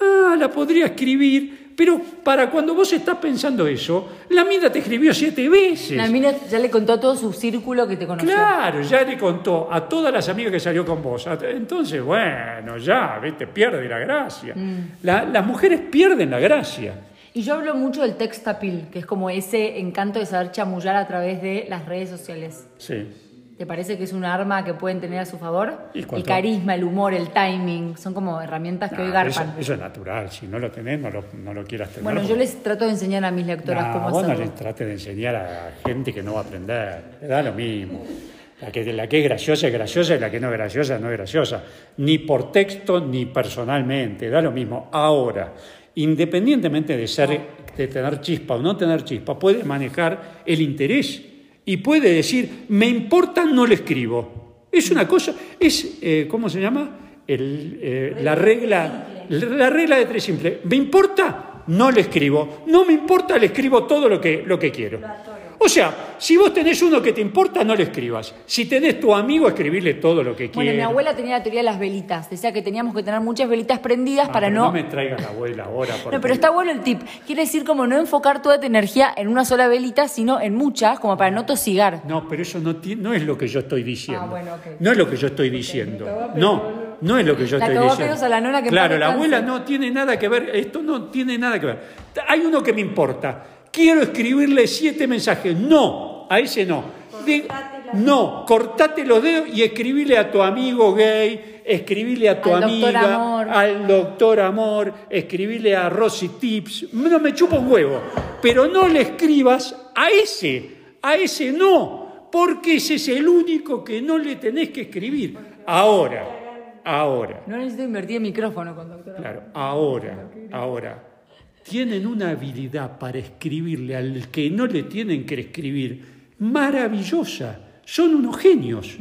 [SPEAKER 2] Ah, la podría escribir. Pero para cuando vos estás pensando eso, la mina te escribió siete veces.
[SPEAKER 4] La mina ya le contó a todo su círculo que te conoció.
[SPEAKER 2] Claro, ya le contó a todas las amigas que salió con vos. A- Entonces, bueno, ya, ¿viste? Pierde la gracia.
[SPEAKER 4] Mm.
[SPEAKER 2] La- las mujeres pierden la gracia.
[SPEAKER 4] Y yo hablo mucho del text appeal, que es como ese encanto de saber chamullar a través de las redes sociales.
[SPEAKER 2] Sí.
[SPEAKER 4] ¿Te parece que es un arma que pueden tener a su favor?
[SPEAKER 2] Y cuanto-
[SPEAKER 4] el carisma, el humor, el timing, son como herramientas que hoy
[SPEAKER 2] Nah, eso,
[SPEAKER 4] garpan.
[SPEAKER 2] Ah, eso es natural. Si no lo tenés, no lo, no lo quieras tener.
[SPEAKER 4] Bueno, yo les trato de enseñar a mis lectoras
[SPEAKER 2] Nah,
[SPEAKER 4] cómo
[SPEAKER 2] vos no
[SPEAKER 4] hacerlo.
[SPEAKER 2] les trates de enseñar a gente que no va a aprender. Le da lo mismo. La que, la que es graciosa es graciosa y la que no es graciosa no es graciosa. Ni por texto ni personalmente. Da lo mismo. Ahora, independientemente de, ser, de tener chispa o no tener chispa, puede manejar el interés y puede decir, me importa, no le escribo. Es una cosa, es, eh, ¿cómo se llama? El, eh, la regla la regla de tres simple. ¿Me importa? No le escribo. No me importa, le escribo todo lo que, lo que quiero. O sea, si vos tenés uno que te importa, no le escribas. Si tenés tu amigo, escribirle todo lo que quiera.
[SPEAKER 4] Bueno, mi abuela tenía la teoría de las velitas. Decía que teníamos que tener muchas velitas prendidas
[SPEAKER 2] Ah,
[SPEAKER 4] para
[SPEAKER 2] pero
[SPEAKER 4] no.
[SPEAKER 2] me traiga la abuela ahora.
[SPEAKER 4] No,
[SPEAKER 2] porque-
[SPEAKER 4] pero está bueno el tip. Quiere decir como no enfocar toda tu energía en una sola velita, sino en muchas, como para no tosigar.
[SPEAKER 2] No, pero eso no, ti- no es lo que yo estoy diciendo.
[SPEAKER 4] Ah, bueno, ok.
[SPEAKER 2] No es lo que yo estoy diciendo. No, no es lo que yo
[SPEAKER 4] La
[SPEAKER 2] estoy
[SPEAKER 4] cagó a
[SPEAKER 2] diciendo.
[SPEAKER 4] pedos a la nona que en
[SPEAKER 2] claro,
[SPEAKER 4] paz
[SPEAKER 2] la
[SPEAKER 4] descanse.
[SPEAKER 2] abuela no tiene nada que ver, esto no tiene nada que ver. Hay uno que me importa. Quiero escribirle siete mensajes. No, a ese no. De- no, cortate los dedos y escribile a tu amigo gay, escribile a tu
[SPEAKER 4] Al doctor
[SPEAKER 2] amiga,
[SPEAKER 4] amor.
[SPEAKER 2] al doctor amor, escribile a Rosy Tips, no me chupa un huevo, pero no le escribas a ese, a ese no, porque ese es el único que no le tenés que escribir. Ahora, ahora,
[SPEAKER 4] No necesito invertir en micrófono, conductora.
[SPEAKER 2] claro, ahora, ahora. Tienen una habilidad para escribirle al que no le tienen que escribir maravillosa. Son unos genios.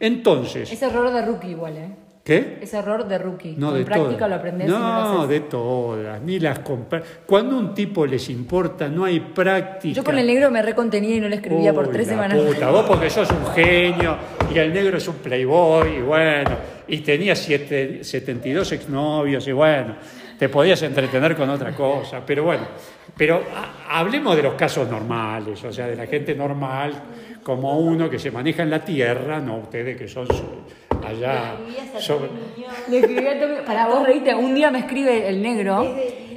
[SPEAKER 2] Entonces,
[SPEAKER 4] Mm. Es error de rookie igual, ¿eh?
[SPEAKER 2] ¿qué?
[SPEAKER 4] Es error de rookie.
[SPEAKER 2] No,
[SPEAKER 4] Con
[SPEAKER 2] de
[SPEAKER 4] práctica
[SPEAKER 2] todas.
[SPEAKER 4] lo aprendes.
[SPEAKER 2] No,
[SPEAKER 4] y no lo haces.
[SPEAKER 2] de todas, ni las compras. Cuando un tipo les importa, no hay práctica.
[SPEAKER 4] Yo con el negro me recontenía y no le escribía por
[SPEAKER 2] Uy,
[SPEAKER 4] tres
[SPEAKER 2] la
[SPEAKER 4] semanas.
[SPEAKER 2] Puta, vos porque sos un genio y el negro es un playboy y bueno, y tenías siete- 72 exnovios y bueno, te podías entretener con otra cosa, pero bueno, pero ha- hablemos de los casos normales, o sea, de la gente normal como uno que se maneja en la tierra, no ustedes que son su- allá sobre-
[SPEAKER 4] Le escribí a Tommy, para vos reíte, un día me escribe el negro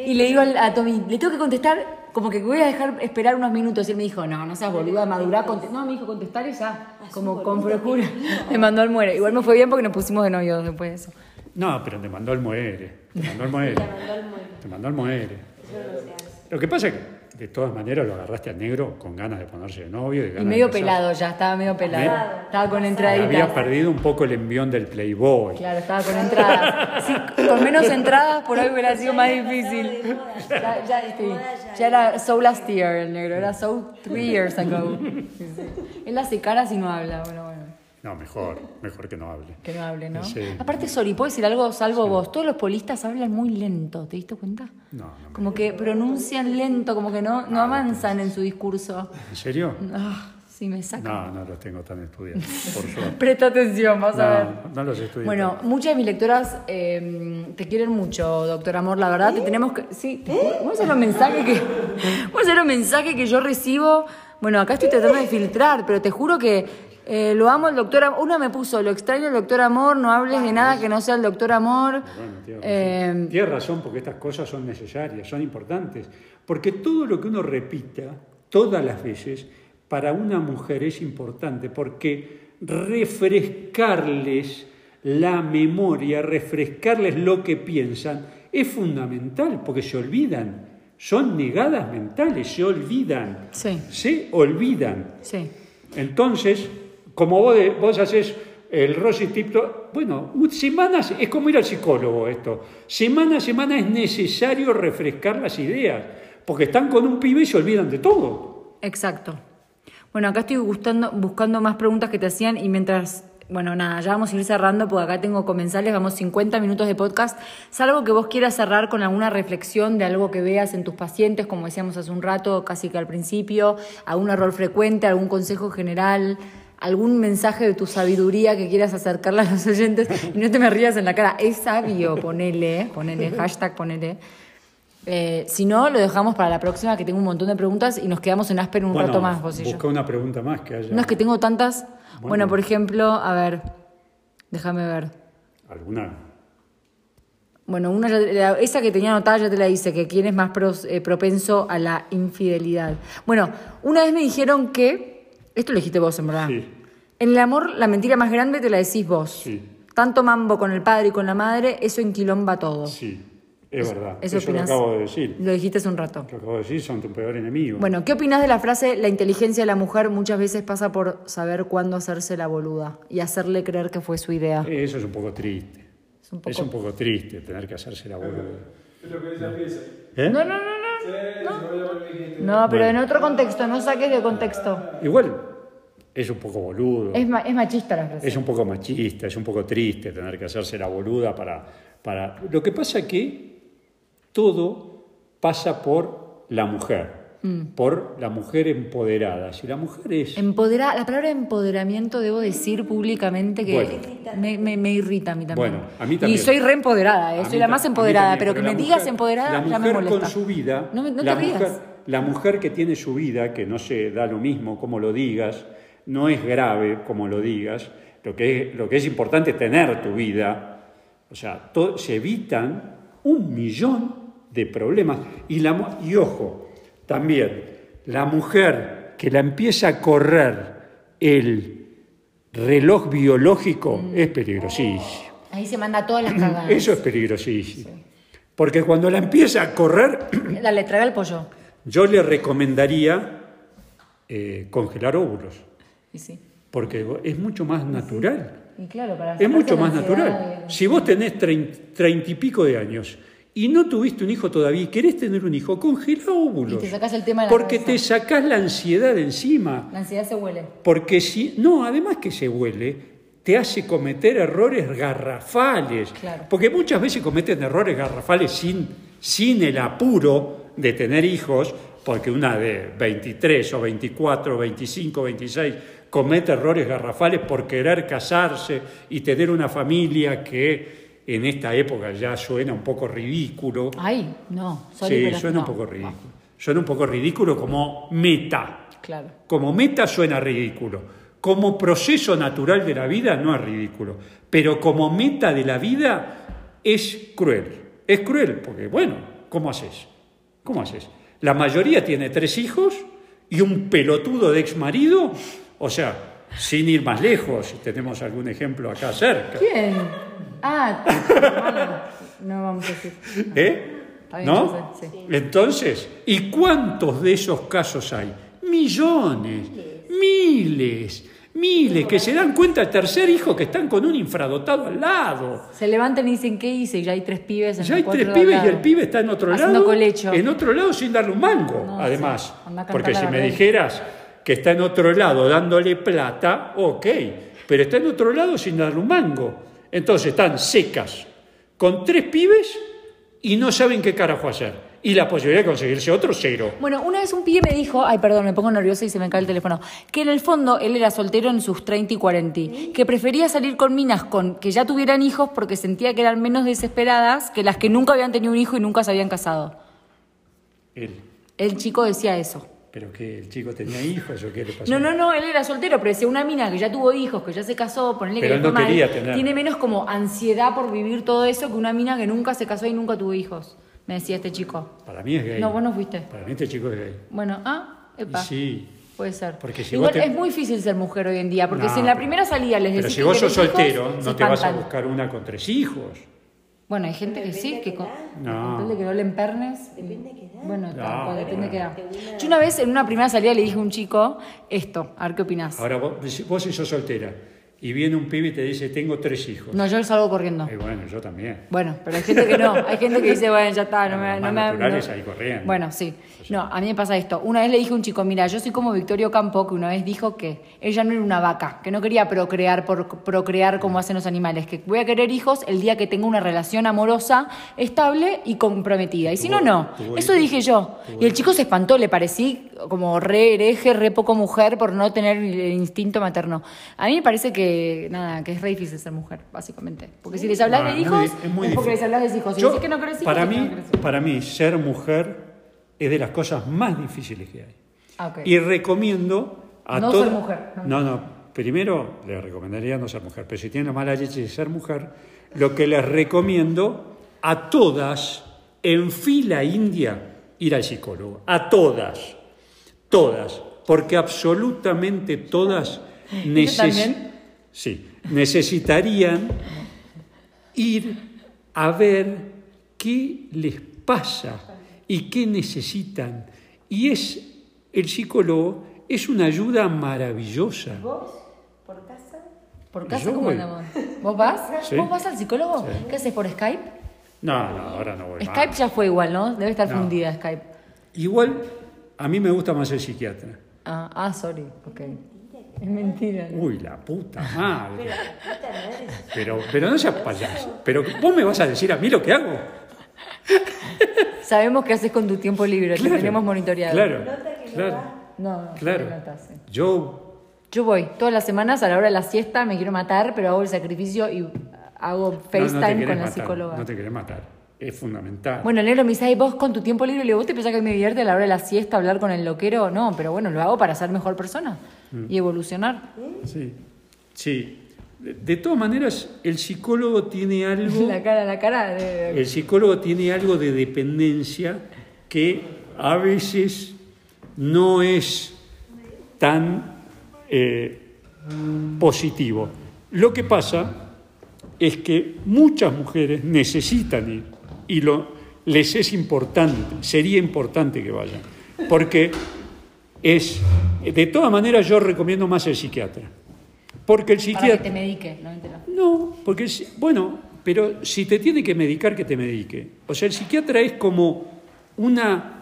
[SPEAKER 4] y le digo al- a Tommy, le tengo que contestar, como que voy a dejar esperar unos minutos. Y él me dijo, no, no seas boluda, madurá, conte- no, me dijo contestar y ya, como con procura. Me mandó al muere. Igual me fue bien porque nos pusimos de novios después de eso.
[SPEAKER 2] No, pero te mandó el muere. Te mandó el muere. te mandó el muere. Lo que pasa es que, de todas maneras, lo agarraste al negro con ganas de ponerse de novio. de
[SPEAKER 4] Y
[SPEAKER 2] ganas de
[SPEAKER 4] medio
[SPEAKER 2] besar.
[SPEAKER 4] pelado ya, estaba medio pelado.
[SPEAKER 2] Medio.
[SPEAKER 4] Estaba con
[SPEAKER 2] Y Había
[SPEAKER 4] entraditas.
[SPEAKER 2] perdido un poco el envión del Playboy.
[SPEAKER 4] Claro, estaba con entradas. Sí, con menos entradas por ahí hubiera sido más difícil. Ya, ya, sí. Ya era so last year el negro, era so three years ago. Sí, sí. Él hace caras y no habla, bueno, bueno.
[SPEAKER 2] No, mejor, mejor que no hable.
[SPEAKER 4] Que no hable, ¿no?
[SPEAKER 2] Sí.
[SPEAKER 4] Aparte, sorry, ¿puedo decir algo salvo vos? Todos los polistas hablan muy lento, ¿te diste cuenta?
[SPEAKER 2] No, no.
[SPEAKER 4] Como que pronuncian lento, como que no, no avanzan en su discurso.
[SPEAKER 2] ¿En serio?
[SPEAKER 4] Ah, sí, me saca.
[SPEAKER 2] No, no los tengo tan estudiados, por suerte.
[SPEAKER 4] Presta atención, vas a ver.
[SPEAKER 2] No, no los estudié.
[SPEAKER 4] Bueno, muchas de mis lectoras eh, te quieren mucho, doctor Amor, la verdad. Te tenemos que. Sí, vamos a los mensajes que. vamos a los mensajes que yo recibo. Bueno, acá estoy tratando de filtrar, pero te juro que eh, lo amo el doctor Amor. Una me puso, lo extraño el doctor Amor, no hables de nada que no sea el doctor Amor.
[SPEAKER 2] Bueno, tienes razón.
[SPEAKER 4] Eh,
[SPEAKER 2] Tienes razón porque estas cosas son necesarias, son importantes. Porque todo lo que uno repita, todas las veces, para una mujer es importante porque refrescarles la memoria, refrescarles lo que piensan, es fundamental porque se olvidan. Son negadas mentales, se olvidan.
[SPEAKER 4] Sí.
[SPEAKER 2] Se olvidan.
[SPEAKER 4] sí.
[SPEAKER 2] Entonces, como vos, de- vos haces el Rosy Tipto, bueno, un- semanas es como ir al psicólogo esto. Semana a semana es necesario refrescar las ideas, porque están con un pibe y se olvidan de todo.
[SPEAKER 4] Exacto.
[SPEAKER 1] Bueno, acá estoy gustando- buscando más preguntas que te hacían y mientras. Bueno, nada, ya vamos a ir cerrando porque acá tengo comensales, vamos 50 minutos de podcast. Salvo que vos quieras cerrar con alguna reflexión de algo que veas en tus pacientes, como decíamos hace un rato, casi que al principio, algún error frecuente, algún consejo general, algún mensaje de tu sabiduría que quieras acercarle a los oyentes. Y no te me rías en la cara, es sabio, ponele, eh, ponele, hashtag ponele. Eh, si no, lo dejamos para la próxima, que tengo un montón de preguntas y nos quedamos en Asper un
[SPEAKER 2] Bueno,
[SPEAKER 1] rato más, vos y yo.
[SPEAKER 2] busca una pregunta más que haya.
[SPEAKER 1] No es que tengo tantas. Bueno,
[SPEAKER 2] Bueno.
[SPEAKER 1] por ejemplo, a ver, déjame ver.
[SPEAKER 2] ¿Alguna?
[SPEAKER 1] Bueno, una ya- la- esa que tenía anotada ya te la dice, que quién es más pros- eh, propenso a la infidelidad. Bueno, una vez me dijeron que, esto lo dijiste vos en verdad,
[SPEAKER 2] Sí.
[SPEAKER 1] en el amor la mentira más grande te la decís vos.
[SPEAKER 2] Sí.
[SPEAKER 1] Tanto mambo con el padre y con la madre, eso enquilomba todo.
[SPEAKER 2] Sí, es verdad.
[SPEAKER 1] Eso
[SPEAKER 2] Eso, lo
[SPEAKER 1] opinás.
[SPEAKER 2] acabo de decir.
[SPEAKER 1] Lo dijiste hace un rato.
[SPEAKER 2] Lo acabo de decir, son tu peor enemigo.
[SPEAKER 1] Bueno, ¿qué opinas de la frase la inteligencia de la mujer muchas veces pasa por saber cuándo hacerse la boluda y hacerle creer que fue su idea?
[SPEAKER 2] Eh, Eso es un poco triste.
[SPEAKER 1] Es un poco-
[SPEAKER 2] Es un poco triste tener que hacerse la boluda.
[SPEAKER 5] Es lo que ella piensa. Sí,
[SPEAKER 2] ¿Eh?
[SPEAKER 1] No, no, no, no.
[SPEAKER 5] se me olvidó lo que dijiste.
[SPEAKER 1] No, pero
[SPEAKER 2] Bueno.
[SPEAKER 1] en otro contexto, no saques de contexto.
[SPEAKER 2] Igual es un poco boludo,
[SPEAKER 1] Es,
[SPEAKER 2] es,
[SPEAKER 1] ma- es machista la frase.
[SPEAKER 2] un poco machista, es un poco triste tener que hacerse la boluda para... para... Lo que pasa que todo pasa por la mujer, por la mujer empoderada. Si la mujer es...
[SPEAKER 1] Empodera- la palabra empoderamiento debo decir públicamente que
[SPEAKER 2] Bueno.
[SPEAKER 1] me, me- me irrita a mí también.
[SPEAKER 2] Bueno, a mí
[SPEAKER 1] Y
[SPEAKER 2] también.
[SPEAKER 1] soy re empoderada, eh,
[SPEAKER 2] Ah, A
[SPEAKER 1] soy
[SPEAKER 2] mí
[SPEAKER 1] la
[SPEAKER 2] ta-
[SPEAKER 1] más
[SPEAKER 2] a mí
[SPEAKER 1] empoderada,
[SPEAKER 2] también,
[SPEAKER 1] pero que me
[SPEAKER 2] la
[SPEAKER 1] digas
[SPEAKER 2] mujer-
[SPEAKER 1] empoderada
[SPEAKER 2] la
[SPEAKER 1] ya
[SPEAKER 2] mujer
[SPEAKER 1] me molesta.
[SPEAKER 2] con su vida,
[SPEAKER 1] No, me- no
[SPEAKER 2] la,
[SPEAKER 1] te rías.
[SPEAKER 2] mujer, la mujer que tiene su vida, que no se da lo mismo como lo digas, no es grave como lo digas, lo que es, lo que es importante es tener tu vida, o sea, to- se evitan un millón de problemas. Y, la, mu- y ojo, también, la mujer que la empieza a correr el reloj biológico es peligrosísimo.
[SPEAKER 1] Ahí se manda todas las cagadas.
[SPEAKER 2] Eso es peligrosísimo. Porque cuando la empieza a correr,
[SPEAKER 1] Dale, traga el pollo.
[SPEAKER 2] yo le recomendaría eh, congelar óvulos,
[SPEAKER 1] Y sí.
[SPEAKER 2] porque es mucho más natural.
[SPEAKER 1] Y claro, para
[SPEAKER 2] Es mucho
[SPEAKER 1] sacarse
[SPEAKER 2] más
[SPEAKER 1] la ansiedad
[SPEAKER 2] natural.
[SPEAKER 1] de-
[SPEAKER 2] Si vos tenés trein- treinta y pico de años y no tuviste un hijo todavía y querés tener un hijo, congela óvulos.
[SPEAKER 1] Y te sacás el tema de la
[SPEAKER 2] Porque
[SPEAKER 1] cabeza.
[SPEAKER 2] te sacás la ansiedad de encima.
[SPEAKER 1] La ansiedad se huele.
[SPEAKER 2] Porque si, no, además que se huele, te hace cometer errores garrafales.
[SPEAKER 1] Claro.
[SPEAKER 2] Porque muchas veces cometen errores garrafales sin, sin el apuro de tener hijos, porque una de 23 o 24, 25, 26 comete errores garrafales por querer casarse y tener una familia que en esta época ya suena un poco ridículo.
[SPEAKER 4] Ah,
[SPEAKER 1] Ay, no. sorry,
[SPEAKER 2] sí,
[SPEAKER 1] pero
[SPEAKER 2] suena un
[SPEAKER 1] no.
[SPEAKER 2] poco ridículo. Suena un poco ridículo como meta.
[SPEAKER 1] Claro.
[SPEAKER 2] Como meta suena ridículo. Como proceso natural de la vida no es ridículo. Pero como meta de la vida es cruel. Es cruel porque, bueno, ¿cómo haces? ¿Cómo haces? La mayoría tiene tres hijos y un pelotudo de ex marido. O sea, sin ir más lejos, tenemos algún ejemplo acá cerca.
[SPEAKER 1] ¿Quién? Ah, bueno, Ah, no vamos a decir.
[SPEAKER 2] ¿Eh?
[SPEAKER 1] Está bien,
[SPEAKER 2] ¿No?
[SPEAKER 1] yo sé, sí.
[SPEAKER 2] Entonces, ¿y cuántos de esos casos hay? Millones, miles, miles, que se dan cuenta al tercer hijo que están con un infradotado al lado.
[SPEAKER 1] Se levantan y dicen, ¿qué hice? Y ya hay tres pibes en
[SPEAKER 2] Ya
[SPEAKER 1] el
[SPEAKER 2] hay
[SPEAKER 1] cuatro
[SPEAKER 2] tres
[SPEAKER 1] de
[SPEAKER 2] pibes
[SPEAKER 1] al
[SPEAKER 2] y
[SPEAKER 1] lado.
[SPEAKER 2] el pibe está en otro
[SPEAKER 1] Haciendo
[SPEAKER 2] lado.
[SPEAKER 1] colecho.
[SPEAKER 2] En otro lado sin darle un mango,
[SPEAKER 1] No, sí.
[SPEAKER 2] además.
[SPEAKER 1] Andá a cantar
[SPEAKER 2] Porque
[SPEAKER 1] la
[SPEAKER 2] si me
[SPEAKER 1] Gardel.
[SPEAKER 2] dijeras que está en otro lado dándole plata, ok, pero está en otro lado sin darle un mango. Entonces están secas, con tres pibes y no saben qué carajo hacer. Y la posibilidad de conseguirse otro, cero.
[SPEAKER 1] Bueno, una vez un pibe me dijo, ay, perdón, me pongo nerviosa y se me cae el teléfono, que en el fondo él era soltero en sus 30 y 40, que prefería salir con minas con que ya tuvieran hijos porque sentía que eran menos desesperadas que las que nunca habían tenido un hijo y nunca se habían casado.
[SPEAKER 2] Él,
[SPEAKER 1] El chico decía eso.
[SPEAKER 2] pero que el chico tenía hijos o qué le pasó.
[SPEAKER 1] No, no, no, él era soltero, pero decía una mina que ya tuvo hijos, que ya se casó, ponele que
[SPEAKER 2] Pero
[SPEAKER 1] le
[SPEAKER 2] él no
[SPEAKER 1] fue mal,
[SPEAKER 2] quería tener.
[SPEAKER 1] tiene menos como ansiedad por vivir todo eso que una mina que nunca se casó y nunca tuvo hijos, me decía este chico.
[SPEAKER 2] Para mí es gay.
[SPEAKER 1] No, vos no fuiste.
[SPEAKER 2] Para mí este chico es gay.
[SPEAKER 1] Bueno, ah, epa.
[SPEAKER 2] Y sí.
[SPEAKER 1] Puede ser.
[SPEAKER 2] Porque si
[SPEAKER 1] Igual
[SPEAKER 2] vos te-
[SPEAKER 1] es muy difícil ser mujer hoy en día, porque
[SPEAKER 2] No,
[SPEAKER 1] si en la
[SPEAKER 2] pero-
[SPEAKER 1] primera salida les decís
[SPEAKER 2] Pero si
[SPEAKER 1] que
[SPEAKER 2] vos sos
[SPEAKER 1] querés hijos,
[SPEAKER 2] soltero,
[SPEAKER 1] se
[SPEAKER 2] no te vas a
[SPEAKER 1] espantan.
[SPEAKER 2] buscar una con tres hijos.
[SPEAKER 1] Bueno, hay gente que sí, que con, con
[SPEAKER 2] No.
[SPEAKER 1] tal de que no le empernes. Depende
[SPEAKER 6] qué edad.
[SPEAKER 1] Bueno, tal
[SPEAKER 2] No,
[SPEAKER 1] cual, depende de qué edad.
[SPEAKER 6] Una-
[SPEAKER 1] Yo una vez en una primera salida le dije a un chico esto, a ver qué opinás.
[SPEAKER 2] Ahora vos, vos si sos soltera y viene un pibe y te dice, tengo tres hijos.
[SPEAKER 1] No, yo salgo corriendo.
[SPEAKER 2] Y bueno, yo también.
[SPEAKER 1] Bueno, pero hay gente que no. Hay gente que dice, bueno, ya está, no me.
[SPEAKER 2] Los
[SPEAKER 1] No
[SPEAKER 2] más
[SPEAKER 1] me
[SPEAKER 2] naturales
[SPEAKER 1] no".
[SPEAKER 2] ahí corriendo.
[SPEAKER 1] Bueno, sí. No, a mí me pasa esto. Una vez le dije a un chico, mira, yo soy como Victorio Campo, que una vez dijo que ella no era una vaca, que no quería procrear por procrear como hacen los animales, que voy a querer hijos el día que tenga una relación amorosa, estable y comprometida. Y si no,
[SPEAKER 2] Tuvo-
[SPEAKER 1] no.
[SPEAKER 2] tuvo
[SPEAKER 1] Eso
[SPEAKER 2] hijos.
[SPEAKER 1] dije yo. Y el chico se espantó, le parecí como re hereje, re poco mujer por no tener el instinto materno. A mí me parece que, nada, que es re difícil ser mujer, básicamente. Porque si les hablas
[SPEAKER 2] Ah,
[SPEAKER 1] de
[SPEAKER 2] muy
[SPEAKER 1] hijos,
[SPEAKER 2] di- es muy
[SPEAKER 1] porque
[SPEAKER 2] difícil.
[SPEAKER 1] les hablas de hijos. Si
[SPEAKER 2] Yo,
[SPEAKER 1] decís que no querés hijos,
[SPEAKER 2] para,
[SPEAKER 1] es que
[SPEAKER 2] mí,
[SPEAKER 1] no querés hijos.
[SPEAKER 2] para mí, ser mujer es de las cosas más difíciles que hay.
[SPEAKER 1] Ah, ok.
[SPEAKER 2] Y recomiendo a
[SPEAKER 1] No
[SPEAKER 2] todo-
[SPEAKER 1] ser mujer, no.
[SPEAKER 2] No, no. Primero, le recomendaría no ser mujer. Pero si tienen la mala leche de ser mujer, lo que les recomiendo a todas, en fila india, ir al psicólogo. A todas. Todas. Porque absolutamente todas neces-
[SPEAKER 1] también?
[SPEAKER 2] sí, necesitarían ir a ver qué les pasa y qué necesitan. Y es el psicólogo es una ayuda maravillosa.
[SPEAKER 1] ¿Por casa
[SPEAKER 2] Yo
[SPEAKER 1] cómo
[SPEAKER 2] voy.
[SPEAKER 1] andamos? ¿Vos vas?
[SPEAKER 2] Sí.
[SPEAKER 1] ¿Vos vas al psicólogo? ¿Qué haces por Skype?
[SPEAKER 2] No, no, ahora no voy. más.
[SPEAKER 1] Skype ya fue igual, ¿no? Debe estar
[SPEAKER 2] No.
[SPEAKER 1] fundida Skype.
[SPEAKER 2] Igual a mí me gusta más el psiquiatra.
[SPEAKER 1] Ah, ah, sorry, ok. Es mentira.
[SPEAKER 2] Uy, la puta madre. Pero, pero no seas payaso. Pero vos me vas a decir a mí lo que hago.
[SPEAKER 1] Sabemos qué haces con tu tiempo libre,
[SPEAKER 2] Claro.
[SPEAKER 1] te tenemos monitoreado.
[SPEAKER 2] Claro, claro,
[SPEAKER 1] No, no, no
[SPEAKER 2] claro.
[SPEAKER 1] estás, sí.
[SPEAKER 2] Yo
[SPEAKER 1] Yo voy todas las semanas a la hora de la siesta, me quiero matar, pero hago el sacrificio y hago
[SPEAKER 2] No, no te
[SPEAKER 1] FaceTime
[SPEAKER 2] querés
[SPEAKER 1] con la
[SPEAKER 2] matar,
[SPEAKER 1] psicóloga.
[SPEAKER 2] No te querés matar. Es fundamental.
[SPEAKER 1] Bueno, el negro me dice, "Ay, vos con tu tiempo libre, le digo, ¿vos te pensás que me divierte a la hora de la siesta hablar con el loquero? No, pero bueno, lo hago para ser mejor persona
[SPEAKER 2] Mm.
[SPEAKER 1] y evolucionar.
[SPEAKER 2] Sí. Sí. De, de todas maneras, el psicólogo tiene algo.
[SPEAKER 1] La cara, la cara de...
[SPEAKER 2] El psicólogo tiene algo de dependencia que a veces no es tan eh, positivo. Lo que pasa es que muchas mujeres necesitan ir y lo, les es importante, sería importante que vayan, porque es, de todas maneras yo recomiendo más el psiquiatra, porque el
[SPEAKER 1] Para que
[SPEAKER 2] psiquiatra...
[SPEAKER 1] te medique, no mentira.
[SPEAKER 2] No, porque, si- bueno, pero si te tiene que medicar, que te medique. O sea, el psiquiatra es como una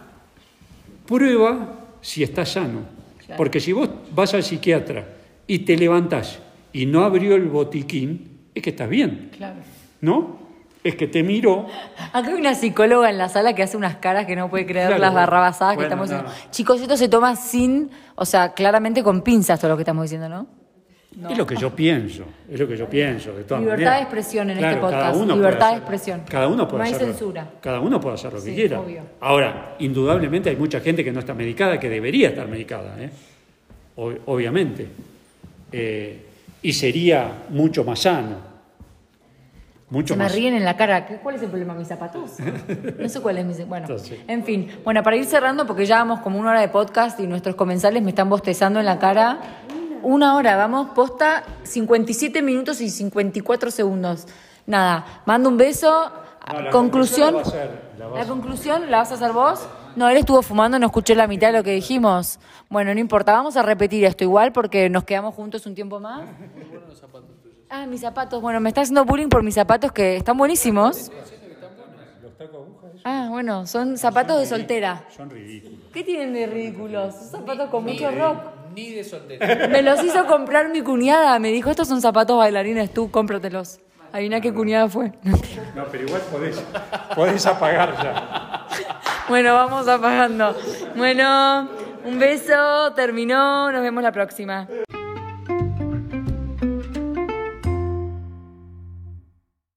[SPEAKER 2] prueba si estás sano.
[SPEAKER 1] Claro.
[SPEAKER 2] Porque si vos vas al psiquiatra y te levantás y no abrió el botiquín, es que estás bien,
[SPEAKER 1] Claro.
[SPEAKER 2] ¿no? Es que te miró.
[SPEAKER 1] Acá hay una psicóloga en la sala que hace unas caras que no puede creer
[SPEAKER 2] Claro,
[SPEAKER 1] las
[SPEAKER 2] bueno.
[SPEAKER 1] barrabasadas que
[SPEAKER 2] Bueno,
[SPEAKER 1] estamos
[SPEAKER 2] no.
[SPEAKER 1] diciendo. Chicos, esto se toma sin, o sea, claramente con pinzas todo lo que estamos diciendo, ¿no?
[SPEAKER 2] Es lo que yo pienso, es lo que yo pienso, de todas
[SPEAKER 1] Libertad
[SPEAKER 2] maneras.
[SPEAKER 1] de expresión en
[SPEAKER 2] Claro,
[SPEAKER 1] este podcast,
[SPEAKER 2] cada uno puede
[SPEAKER 1] libertad de
[SPEAKER 2] hacer-
[SPEAKER 1] expresión.
[SPEAKER 2] Cada uno puede
[SPEAKER 1] No hay
[SPEAKER 2] hacer lo-
[SPEAKER 1] censura.
[SPEAKER 2] Cada uno puede hacer lo que
[SPEAKER 1] Sí,
[SPEAKER 2] quiera.
[SPEAKER 1] obvio.
[SPEAKER 2] Ahora, indudablemente hay mucha gente que no está medicada, que debería estar medicada, ¿eh? Ob- obviamente. Eh, y sería mucho más sano. Mucho
[SPEAKER 1] Se me
[SPEAKER 2] más
[SPEAKER 1] ríen en la cara. ¿Qué- ¿Cuál es el problema? ¿Mis zapatos? No sé cuál es mi... Bueno,
[SPEAKER 2] Entonces.
[SPEAKER 1] en fin. Bueno, para ir cerrando, porque ya vamos como una hora de podcast y nuestros comensales me están bostezando en la cara. Una hora, vamos, posta 57 minutos y 54 segundos. Nada, mando un beso.
[SPEAKER 2] No, la
[SPEAKER 1] conclusión...
[SPEAKER 2] conclusión la vas a hacer, la vas a-
[SPEAKER 1] conclusión la vas a hacer vos? No, él estuvo fumando, no escuché la mitad de lo que dijimos. Bueno, no importa, vamos a repetir esto igual porque nos quedamos juntos un tiempo más. Ah, mis zapatos. Bueno, me está haciendo bullying por mis zapatos que están buenísimos. Ah, bueno, son zapatos de soltera.
[SPEAKER 2] Son ridículos.
[SPEAKER 1] ¿Qué tienen de ridículos? Son zapatos con mucho rock.
[SPEAKER 6] Ni de soltero.
[SPEAKER 1] Me los hizo comprar mi cuñada. Me dijo, estos son zapatos bailarines, tú cómpratelos. Adivina qué cuñada fue.
[SPEAKER 2] No, pero igual podés, podés apagar ya.
[SPEAKER 1] Bueno, vamos apagando. Bueno, un beso, terminó, nos vemos la próxima.